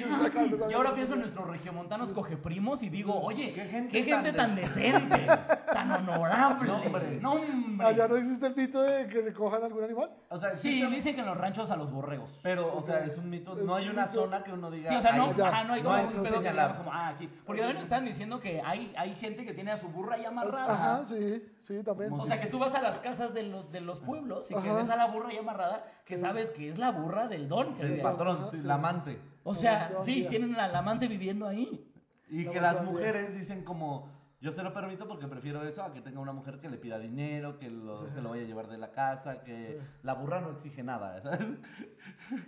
Y ahora pienso en nuestros regiomontanos cogeprimos y digo, oye, qué Qué gente, gente tan tan, decente, (laughs) tan honorable. No, No, hombre. hombre. Allá no existe el mito de que se cojan algún animal. O sea, (laughs) Sí, sí, dicen que en los ranchos a los borregos. pero, o sea, es un mito. Es No hay un una mito. zona que uno diga. Sí, o sea, no, "Ay, ya". ajá, no hay como un no pedo que digamos señalado. como, ah, aquí. Porque también nos están diciendo que hay, hay gente que tiene a su burra ya amarrada. Pues, Ajá, sí, sí, también. O sea, que tú vas a las casas de los, de los pueblos y que Ajá. ves a la burra ya amarrada, que sabes que es la burra del don. Que El le- patrón, Ajá, sí. el amante. o sea, Don, sí, ya. tienen al amante viviendo ahí. Y No, que las yo- yo- mujeres dicen como, yo se lo permito porque prefiero eso a que tenga una mujer que le pida dinero, que lo- se lo vaya a llevar de la casa, que la burra no exige nada, ¿sabes?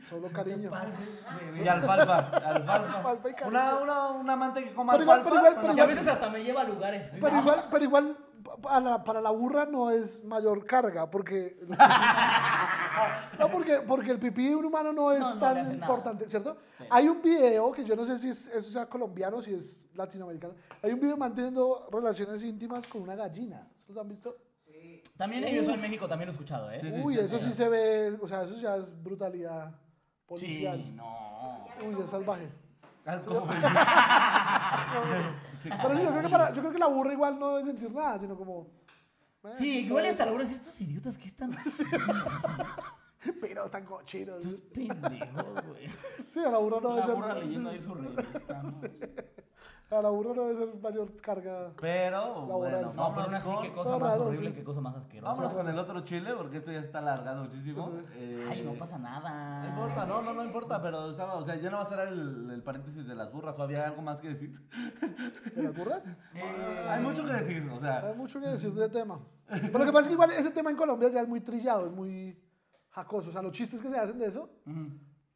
Solo Te cariño. pases de Y alfalfa, alfalfa. Alfalfa y cariño. Una, una, un amante que coma Pero igual, alfalfa. pero igual, suena pero Que a igual. bien. veces hasta me lleva a lugares. Ah, Pero igual, pero igual para, la, para la burra no es mayor carga, (laughs) porque... No, porque, porque el pipí de un humano no es No, no le tan hace nada. importante, ¿cierto? Sí. Hay un video, que yo no sé si es- eso sea colombiano o si es latinoamericano, hay un video manteniendo relaciones íntimas con una gallina. ¿Ustedes lo han visto? También hay eso en México, también lo he escuchado, ¿eh? Sí, sí, Uy, sí, eso sí. sí se ve, o sea, eso ya es brutalidad Sí, policial. no. Uy, es salvaje. (laughs) Algo- Pero sí, yo creo, que para- yo creo que la burra igual no debe sentir nada, sino como... (laughs) eh, Sí, igual hasta la hora de estos idiotas que están Pero están cochinos. estos pendejos, güey. Sí, a la burra no debe La ser... burra leyendo ahí su revista. ¿no? A la burra no debe ser mayor carga. Pero, bueno, No, No, vámonos pero aún así, con- qué cosa todo más raro, horrible, sí. qué cosa más Vámonos asquerosa. con el otro chile porque esto ya está alargado muchísimo. Eh, Ay, no pasa No importa, nada. no, no, no importa, pero estaba, o sea, ya no va a ser el, el paréntesis de las burras, o había algo más que decir. ¿De las burras? Hay mucho que decir, o sea, Hay mucho que decir de tema. Pero lo que pasa es que igual ese tema en Colombia ya es muy trillado, es muy jacoso. O sea, los chistes que se hacen de eso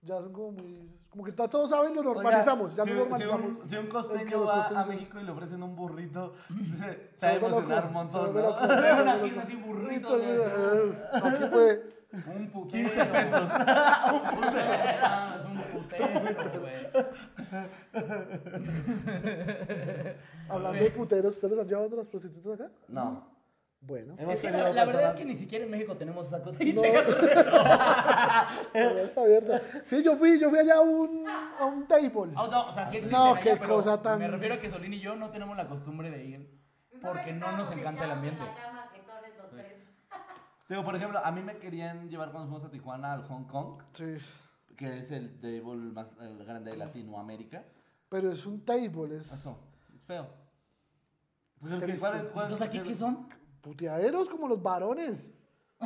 ya son como muy... Como que ya todos saben, lo normalizamos. ya Oiga, lo si- si, normalizamos. un, si un Es que costeño los va a costeños- México y le ofrecen un burrito, (laughs) se, se va a vuelve loco, emocionar un se montón, vuelve ¿no? loco, se (laughs) vuelve Una loco. tienda así, burritos, Entonces, (laughs) ya eh, Aquí fue... Un putero. 15 pesos. Es (laughs) un putero, güey. Hablando de puteros, ¿ustedes los han llevado de las prostitutas acá? (laughs) No. Bueno. Hemos Es que tenido la, la verdad personas- es que ni siquiera en México tenemos esa (laughs) cosa. Y checas el reloj. Eh. todavía está abierta. Sí, yo fui, yo fui allá a un, a un table. Oh, no, o sea, sí existen No, allá, qué pero cosa tan- Me refiero a que Solín y yo no tenemos la costumbre de ir porque no nos encanta el ambiente. Digo, por ejemplo, a mí me querían llevar cuando fuimos a Tijuana al Hong Kong, Sí. que es el table más el grande de Latinoamérica. Pero es un table, es Eso, es feo. Pues es que, Triste. ¿cuál es- cuál es- Entonces, ¿aquí qué son? puteaderos como los varones. (laughs)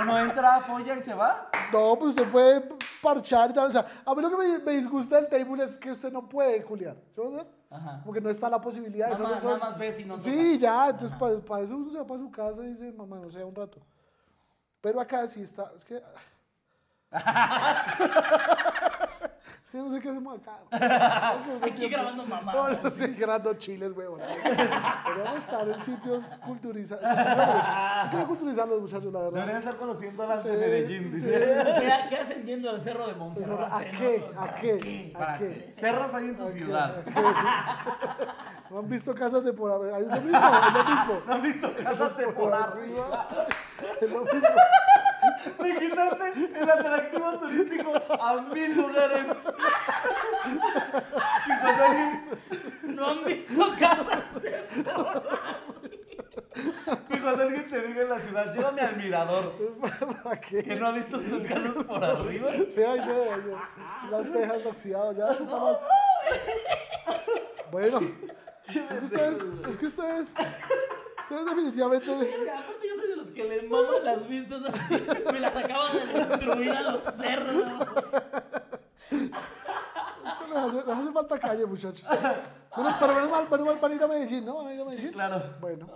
Uno entra, folla y se va. No, pues usted puede parchar y tal. O sea, a mí lo que me, me disgusta del table es que usted no puede culiar. ¿Sí va a ver? Ajá. Porque no está la posibilidad. Nada solo más, son- nada más ves y no Sí, tocas. ya. Entonces, para eso uno se va para su casa y dice, mamá, no sé, un rato. Pero acá sí está. Es que. (laughs) es que yo no sé qué hacemos acá. Aquí grabando mamá. No, no sé, grabando chiles, huevón. Podríamos estar en sitios culturizados. Quiero culturizar los muchachos, la verdad. Deberían estar con los 100 dólares de Sí, Medellín. sí. dice. ¿Qué, qué hacen yendo al cerro de Pues, Montserrat? ¿A qué? ¿A qué? ¿Para ¿A qué? qué? Cerros hay en su ciudad. (laughs) ¿No han visto casas de por arriba? Es lo mismo, es lo mismo. ¿No han visto casas de por arriba? (laughs) Es lo mismo. (laughs) Me quitaste el atractivo turístico a mil lugares. Y cuando alguien, ¿No han visto casas? de- y cuando alguien te diga en la ciudad, llévame al mirador, ¿Para que qué? no ha visto sus casas por arriba. Vea, ahí se ve, ahí se ve. Las tejas oxidadas ya. puta más. Bueno, es que ustedes, es que ustedes, ustedes definitivamente, Pero Aparte yo soy de los que le maman las vistas así. Me las acaban de destruir a los cerdos. esto les hace, les hace falta calle, muchachos. Bueno, pero menos mal, menos mal para ir a Medellín, ¿no? ¿Van a ir a Medellín? Claro. Bueno,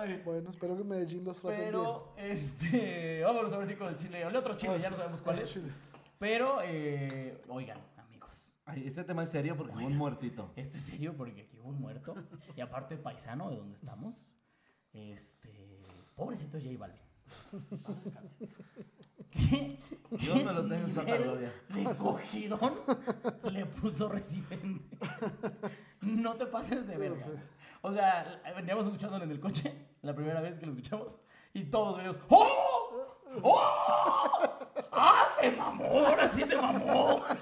Ay. bueno, espero que en Medellín los traten Pero, este, vámonos a ver si con el chile, el otro chile, ya no sabemos cuál bien. es. Chile. Pero, eh, oigan, amigos, Ay, este tema es serio porque fue un muertito. esto es serio porque aquí hubo un muerto. Y aparte, paisano de donde estamos, este, pobrecito J Balvin. ¿Qué? Dios me lo tenga en santa nivel gloria. De cogidón le puso residente. No te pases de verga. O sea, veníamos escuchándolo en el coche la primera vez que lo escuchamos y todos veníamos ¡Oh! ¡Oh! ¡Ah, se mamó! ¡Ahora sí se mamó! Ah,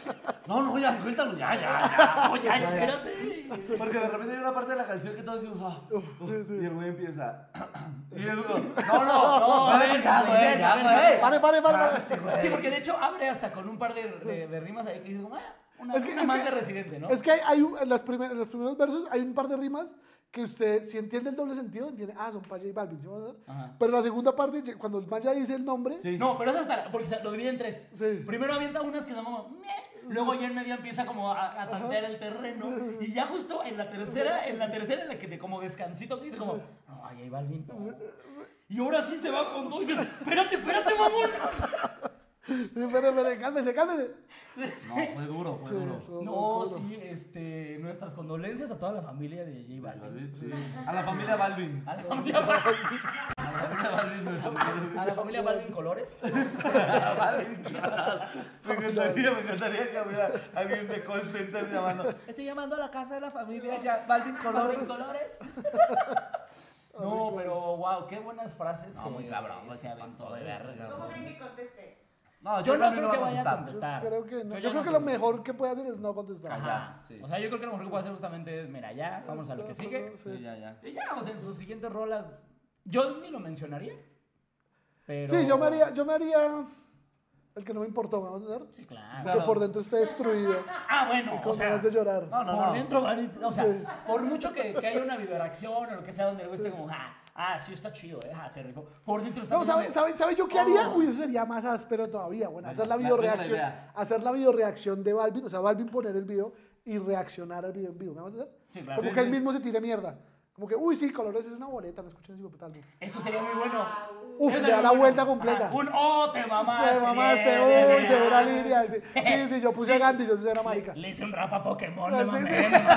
No, no, ya, suéltalo, ya, ya, ¡No, ya, espérate! ya. Porque de repente hay una parte de la canción que todos decimos, ah, sí, sí. y el güey empieza. (clears throat) Y el güey, no, no, No, no, a vale, ver, ya, a güey, ver, a ya, ver, güey. a ver. Pare, pare, pare, pare. Ah, Sí, güey. Sí, porque de hecho abre hasta con un par de, de- de rimas ahí que dices, como, ah, una, Es que- una es más que- de residente, ¿no? Es que hay, hay un- en, las primer- en los primeros versos hay un par de rimas que usted, si entiende el doble sentido, entiende, ah, son para J Balvin, ¿sí vamos a ver? Ajá. Pero la segunda parte, ya- cuando el man ya dice el nombre, (laughs) Sí. No, pero es hasta. Porque se- lo divide en tres. Sí. Primero avienta unas que son como. "Meh", Luego ya en medio empieza como a, a tantear el terreno. Y ya justo en la tercera, en la tercera, en la que te como descansito, que dice como. No, ahí va el viento. Y ahora sí se va con todo. Y dices, espérate, espérate, mamón. espere, espere, cálmese, cálmese. No, fue duro, fue Sí, duro. eso, No, duro. sí, este. Nuestras condolencias a toda la familia de J Balvin. Sí. A la familia Balvin. A la familia Balvin. A la familia Balvin. A la familia Balvin Colores. Balvin, claro. Me encantaría, me encantaría que hubiera alguien de call center llamando. Estoy llamando a la casa de la familia ya, Balvin Balvin Colores. (laughs) Colores. No, pero wow, qué buenas frases. No, muy eh, cabrón, güey, se se aventó pasó de de verga. verga, ¿Cómo güey. creen que conteste? No, Yo no también creo que voy vaya a contestar. Creo que no. ya Yo creo no que lo mejor que puede hacer es no contestar. Ajá. Ah, ya, sí. O sea, yo creo que lo mejor que puedo hacer justamente es, mira, ya, vamos a lo que Eso, sigue. sí. Sí, ya, ya. Y ya, o sea, en sus siguientes rolas, yo ni lo mencionaría. Pero... Sí, yo me haría, yo me haría el que no me importó, ¿me van a entender? Sí, Ah, claro. Claro. Que por dentro esté destruido. Ah, bueno, Con o sea, ganas de llorar. No, no, por no. dentro, van- o sea, Sí. por mucho que, que haya una videoreacción o lo que sea donde le guste como, ah, ah, sí está chido, eh, ah, se rifó. Por dentro está No, ¿sabe, bien- sabe, sabe yo qué haría? Oh. Uy, eso sería más áspero todavía. Bueno, hacer la la- videoreacción. tengo la idea. Hacer la videoreacción de Balvin. O sea, Balvin poner el video y reaccionar al video en vivo. ¿Me vas a hacer? Sí, claro. Como que él mismo se tire mierda. Como que, uy, sí, Colores es una boleta, no escuchen ese puta álbum. Eso sería muy bueno. Uf, Eso le sería da muy la bueno. (laughs) vuelta completa. Ajá, Un, oh, te mamaste. Se mamaste, Ah, bien, uy, bien, se ve la bien. línea. Sí, sí, sí, yo puse a Gandhi, yo soy una marica. Le hice un rap a Pokémon, Ah, le sí, mamé, sí. le mamé, le mamé.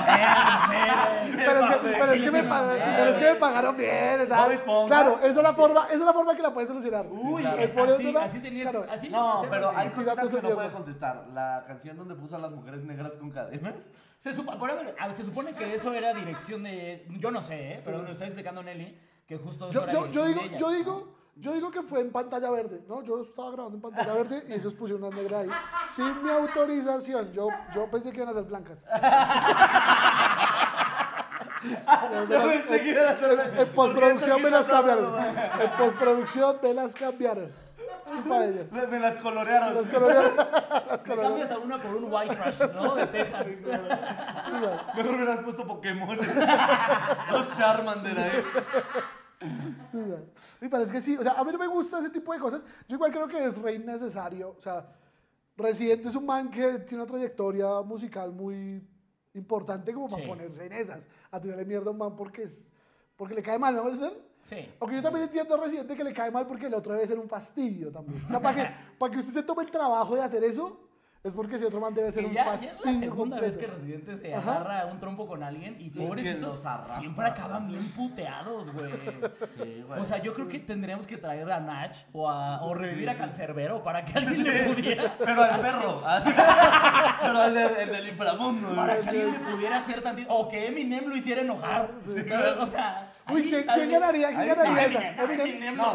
(laughs) Pero es, que, pero, es que me, Sí, pa- sí, sí. pero es que me pagaron bien. Bob ¿sabes? Esponja. Claro, esa es la forma, esa es la forma que la puedes solucionar. Uy, claro. Es poniéndola- así, así tenías, claro. así tenías No, que pero hacerlo, hay güey. cosas que no Cuidado, puede señor. contestar. La canción donde puso a las mujeres negras con (laughs) cadenas. Se, supo- por ejemplo, a ver, se supone que eso era dirección de... Yo no sé, ¿eh? pero me lo está explicando Nelly, que justo... eso Yo, era yo, yo dirección digo, de ellas, ¿no? yo digo, yo digo que fue en pantalla verde, ¿no? Yo estaba grabando en pantalla verde y ellos pusieron unas negras ahí. Sin mi autorización, yo, yo pensé que iban a ser blancas. (laughs) (laughs) Pero me las- pensé que iban a ser blancas. En postproducción me las Porque aquí cambiaron. no En postproducción me las cambiaron. Es culpa de ellas. Me, me las colorearon. (laughs) Las colorearon. Me Ah. cambias a una por un white trash, ¿no? (laughs) De Texas. Mejor hubieras puesto Pokémon. (laughs) Dos Charmander ahí. Sí, güey. Y parece que sí, o sea, a mí no me gusta ese tipo de cosas. Yo igual creo que es re innecesario. O sea, Residente es un man que tiene una trayectoria musical muy importante como para Sí. ponerse en esas, a tirarle mierda a un man porque, es, porque le cae mal, ¿no? ¿Puede ser? Sí. Aunque yo también entiendo a Residente que le cae mal porque el otro debe ser un fastidio también. O sea, (laughs) para que, para que usted se tome el trabajo de hacer eso, es porque ese otro man debe ser Que un ya, ya fastidio. es la segunda vez que completo. Residente se Ajá. agarra a un trompo con alguien y Sí, que pobrecitos los arrastra, siempre acaban sí. bien puteados, güey. Sí, güey. O sea, yo creo que tendríamos que traer a Nach o, a, o revivir a Cancerbero para que (laughs) alguien le pudiera. Pero al perro. así. (laughs) Pero al de- el del inframundo. güey. Para que alguien le pudiera hacer tantito. O que Eminem lo hiciera enojar. O sea. Uy, ahí ¿quién, tal quién vez- ganaría? ¿Quién Ahí sí. ganaría esa? Eminem, Eminem, Eminem. lo No,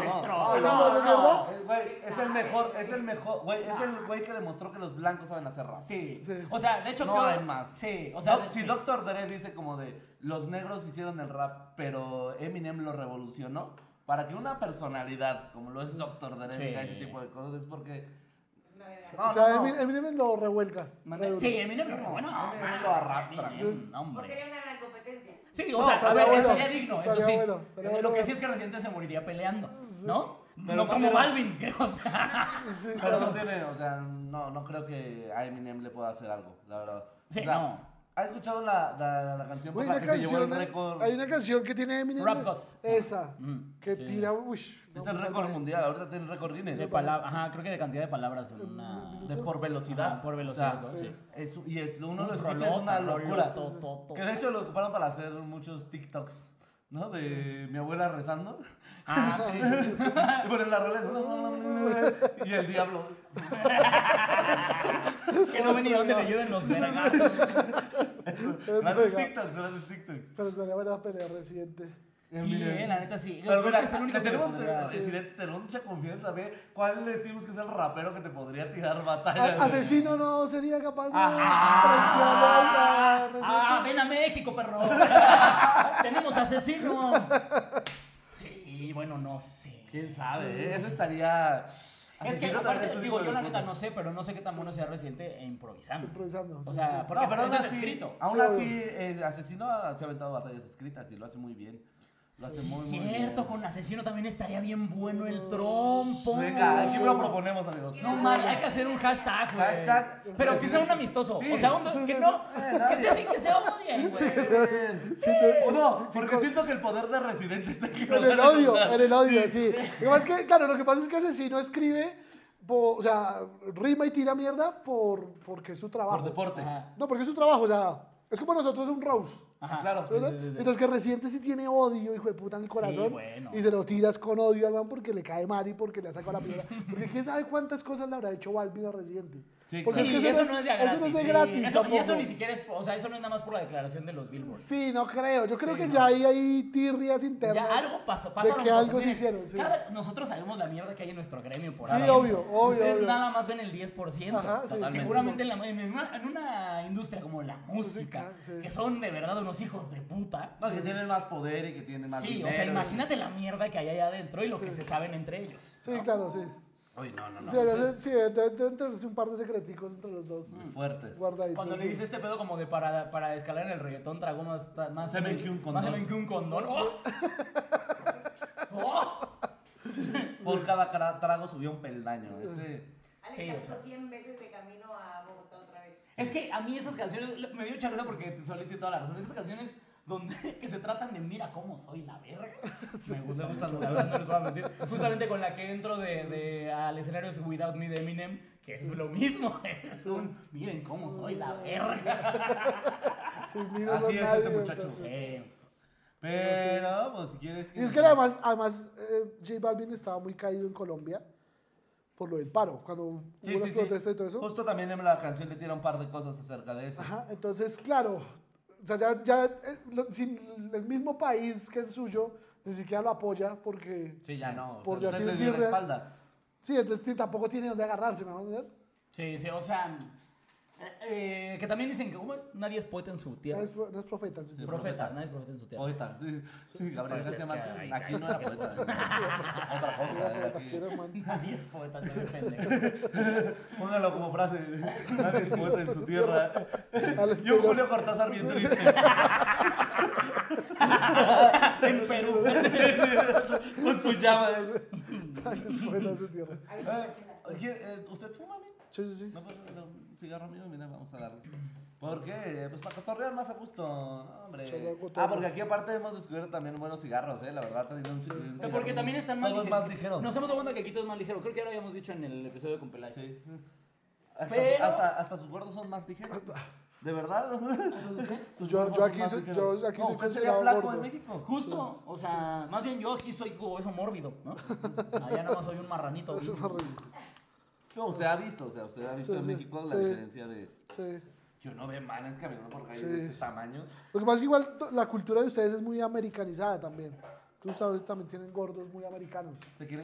no, no, destroza. no, no, no, no, güey, es el mejor, es el mejor, güey, es el güey que demostró que los blancos saben hacer rap. Sí. Sí. O sea, de hecho, No creo- hay más. Sí, o sea. Doc- si sí. Dr. Dre dice como de los negros hicieron el rap, pero Eminem lo revolucionó, para que una personalidad como lo es Dr. Dre Sí. diga ese tipo de cosas es porque nunca había No, o no, sea, no. Eminem- Eminem (laughs) lo revuelca. Manuel- Re duro. Sí, Eminem lo bueno. Eminem lo arrastra. sí, Sí. Eminem, O hombre. sería una gran competencia. Sí, o No, sea, a estaría ver, bueno, estaría digno, estaría eso sí. bueno, estaría Eh, Lo bueno. que sí es que Residente se moriría peleando, ¿no? Pero no como Malvin- Malvin, que, (laughs) o sea. Sí. Pero no tiene, o sea, no, no creo que a Eminem le pueda hacer algo, la verdad. Sí, O sea, no. ¿Has escuchado la, la, la canción Güey, por la una que se llevó canción, el récord? hay una canción que tiene Eminem. Rap God. Esa. Mm, que sí. tira. Uy, pues, Es el récord mundial, ahorita tiene el récord Guinness. De palabra, ajá, creo que de cantidad de palabras en una. De por velocidad. Ajá, por velocidad, O sea, sí. es- y es, uno lo Un escucha, es rolota, una rolota, locura. to, to, to. Que de hecho lo ocuparon para hacer muchos TikToks, ¿no? De mi abuela rezando. (laughs) Ah, sí, sí, sí. Y ponen la rola y- y el (laughs) diablo. (laughs) Que no venía donde le ayuden los vergazos. Grandes TikToks, grandes Tiktoks. Pero estaría buena la pelea residente. Sí, eh, la neta sí. Pero Creo mira, que es el único le que le tenemos, podría- Residente, tenemos mucha confianza, ve cuál decimos que es el rapero que te podría tirar batalla. A- Asesino no sería capaz de. ¡Ah! frente a la- ¡Ah! ¡Ven a México, perro! ¡Tenemos asesino! Sí, bueno, no sé. ¿Quién sabe? eh? Eso estaría... Es que Asesino aparte, también es un digo, hijo yo de la neta puta. no sé, pero no sé qué tan bueno sea Residente e improvisando. Improvisando, O sí, sea, sí. porque no, pero eso aún es así, escrito. Aún Sí, así, obvio. eh, Asesino ha- se ha aventado batallas escritas y lo hace muy bien. Lo hace muy, Sí, muy bien. cierto, con asesino también estaría bien bueno el trompo. Venga, aquí lo proponemos, amigos. No mames, hay que hacer un hashtag, güey. Hashtag. Pero que sea un amistoso. Sí. O sea, un, Sí, sí, que sí. no. Eh, nadie. Que sea así, que sea odien, güey. Sí, sí, Sí, no, O sí, no, sí, sí, porque con- siento que el poder de Residente está (laughs) aquí. En el odio, en el odio, sí. Lo que pasa es que, claro, lo que pasa es que Asesino escribe, po- o sea, rima y tira mierda por, porque es su Por trabajo. deporte. Ajá. No, porque es su trabajo, o sea, es como nosotros un roast. Ajá. Ah, Claro. pues, eh, Sí, sí, ¿verdad? sí, sí. Mientras que Residente sí tiene odio, hijo de puta, en el corazón. bueno. Y se lo tiras con odio al man porque le cae mal y porque le ha sacado la piedra. Porque quién sabe cuántas cosas le habrá hecho Balvin a Residente. Sí, porque Sí, claro. es que eso, no es de gratis. eso no es de sí. gratis, Eso, y eso tampoco. ni siquiera es, o sea, eso no es nada más por la declaración de los billboards. Sí, no creo. Yo creo Sí, que no. ya hay, hay tirrias internas. Ya algo pasó, pasaron de que cosas. algo se Miren, hicieron. Sí. cada- nosotros sabemos la mierda que hay en nuestro gremio por Sí, adentro. obvio, obvio, Ustedes obvio. nada más ven el 10%. Ajá, sí, Totalmente. sí. Seguramente en, la- en una, en una industria como la música, Música, sí. que son de verdad unos hijos de puta. No, que tienen más poder y que tienen más Sí, dinero. o sea, imagínate la mierda que hay allá adentro y lo que Sí. se saben entre ellos. Sí, claro, sí. Uy, no, no, Mm. no. sí, debe ser- sí, deben deben tenerse un par de secreticos entre los dos. Fuertes. Guardaditos. Cuando le dice este pedo como de para, para escalar en el reggaetón, tragó más. ta- más Semen que un condón. Más semen que un condón. ¡Oh! ¡Oh! Por cada tra- trago subió un peldaño. este. Ese... Alex Sí, o cantó sea. Eh. 100 veces de camino a Bogotá otra vez. Es que a mí esas canciones, le- me dio mucha risa porque Solís tiene toda la razón. Esas canciones donde, (laughs) que se tratan de mira cómo soy la verga. Me gusta, me gusta, la verdad, no les voy (laughs) a mentir. Justamente con la que entro de, de- al escenario es Without Me de Eminem, que es lo mismo. (laughs) Es un miren cómo soy la verga. Sin mí no Así son es nadie, este muchacho. entonces. Sí. Pero, pues si quieres Y es que además, además eh, J Balvin estaba muy caído en Colombia por lo del paro, cuando Sí, hubo sí, las sí. protestas y todo eso. Justo también en la canción le tira un par de cosas acerca de eso. Ajá, entonces, claro, o sea, ya, ya eh, lo- sin el mismo país que el suyo ni siquiera lo apoya porque... Sí, ya no. O Por sea, ya usted le tiene dio la tierras. espalda. Sí, entonces ti- tampoco tiene dónde agarrarse, ¿me van a entender? Sí, sí, o sea. eh, eh, que también dicen que, ¿cómo es? Nadie es poeta en su No tierra. es, pro- no es profeta. es- Sí. Profeta, profeta. nadie es profeta en su tierra. Poeta. Sí, sí, Gabriel Pues es García que Márquez. hay- Aquí hay- no era poeta. (laughs) Otra cosa. eh, Profeta, aquí. quiero, man. (laughs) (laughs) Nadie es (laughs) poeta, se ve pendejo. Póngalo como frase. (laughs) Nadie es poeta en su tierra. Alex Y un Julio Quiroz. Cortázar bien Sí, sí. triste. En Perú. (laughs) Con su llama. Es profeta de su tierra. Ahorita Eh, se chela. ¿quiere- eh, ¿Usted fuma, amigo? Sí, sí, sí. No, pues, no, un cigarro mío, mira, vamos a darle. ¿Por qué? Pues para cotorrear más a gusto, no, hombre. Cholo, cotorreo. Ah, porque aquí aparte hemos descubierto también buenos cigarros, eh, la verdad. Teniendo un, ci- un No, cigarro porque también están más algo ligeros. más ligero. Nos hemos dado cuenta que Quito es más ligero. Creo que ya lo habíamos dicho en el episodio con Peláez. Sí. Hasta, Pero- hasta, hasta sus gordos son más ligeros. ¿De verdad? Sus Pues Yo- gordos yo son aquí más soy- ligeros. yo aquí No, soy usted sería considerado flaco gordo. en México. Justo, o sea, más bien yo aquí soy obeso mórbido, ¿no? (laughs) Allá nada más soy (laughs) un marranito. Es una reina. No, usted ha visto, o sea, usted ha visto Sí, en sí, México la sí. diferencia de... Sí. Que uno ve manes caminando por calles Sí. de este tamaño. Lo que pasa es que igual to- la cultura de ustedes es muy americanizada también. Ustedes también tienen gordos muy americanos. Se quiere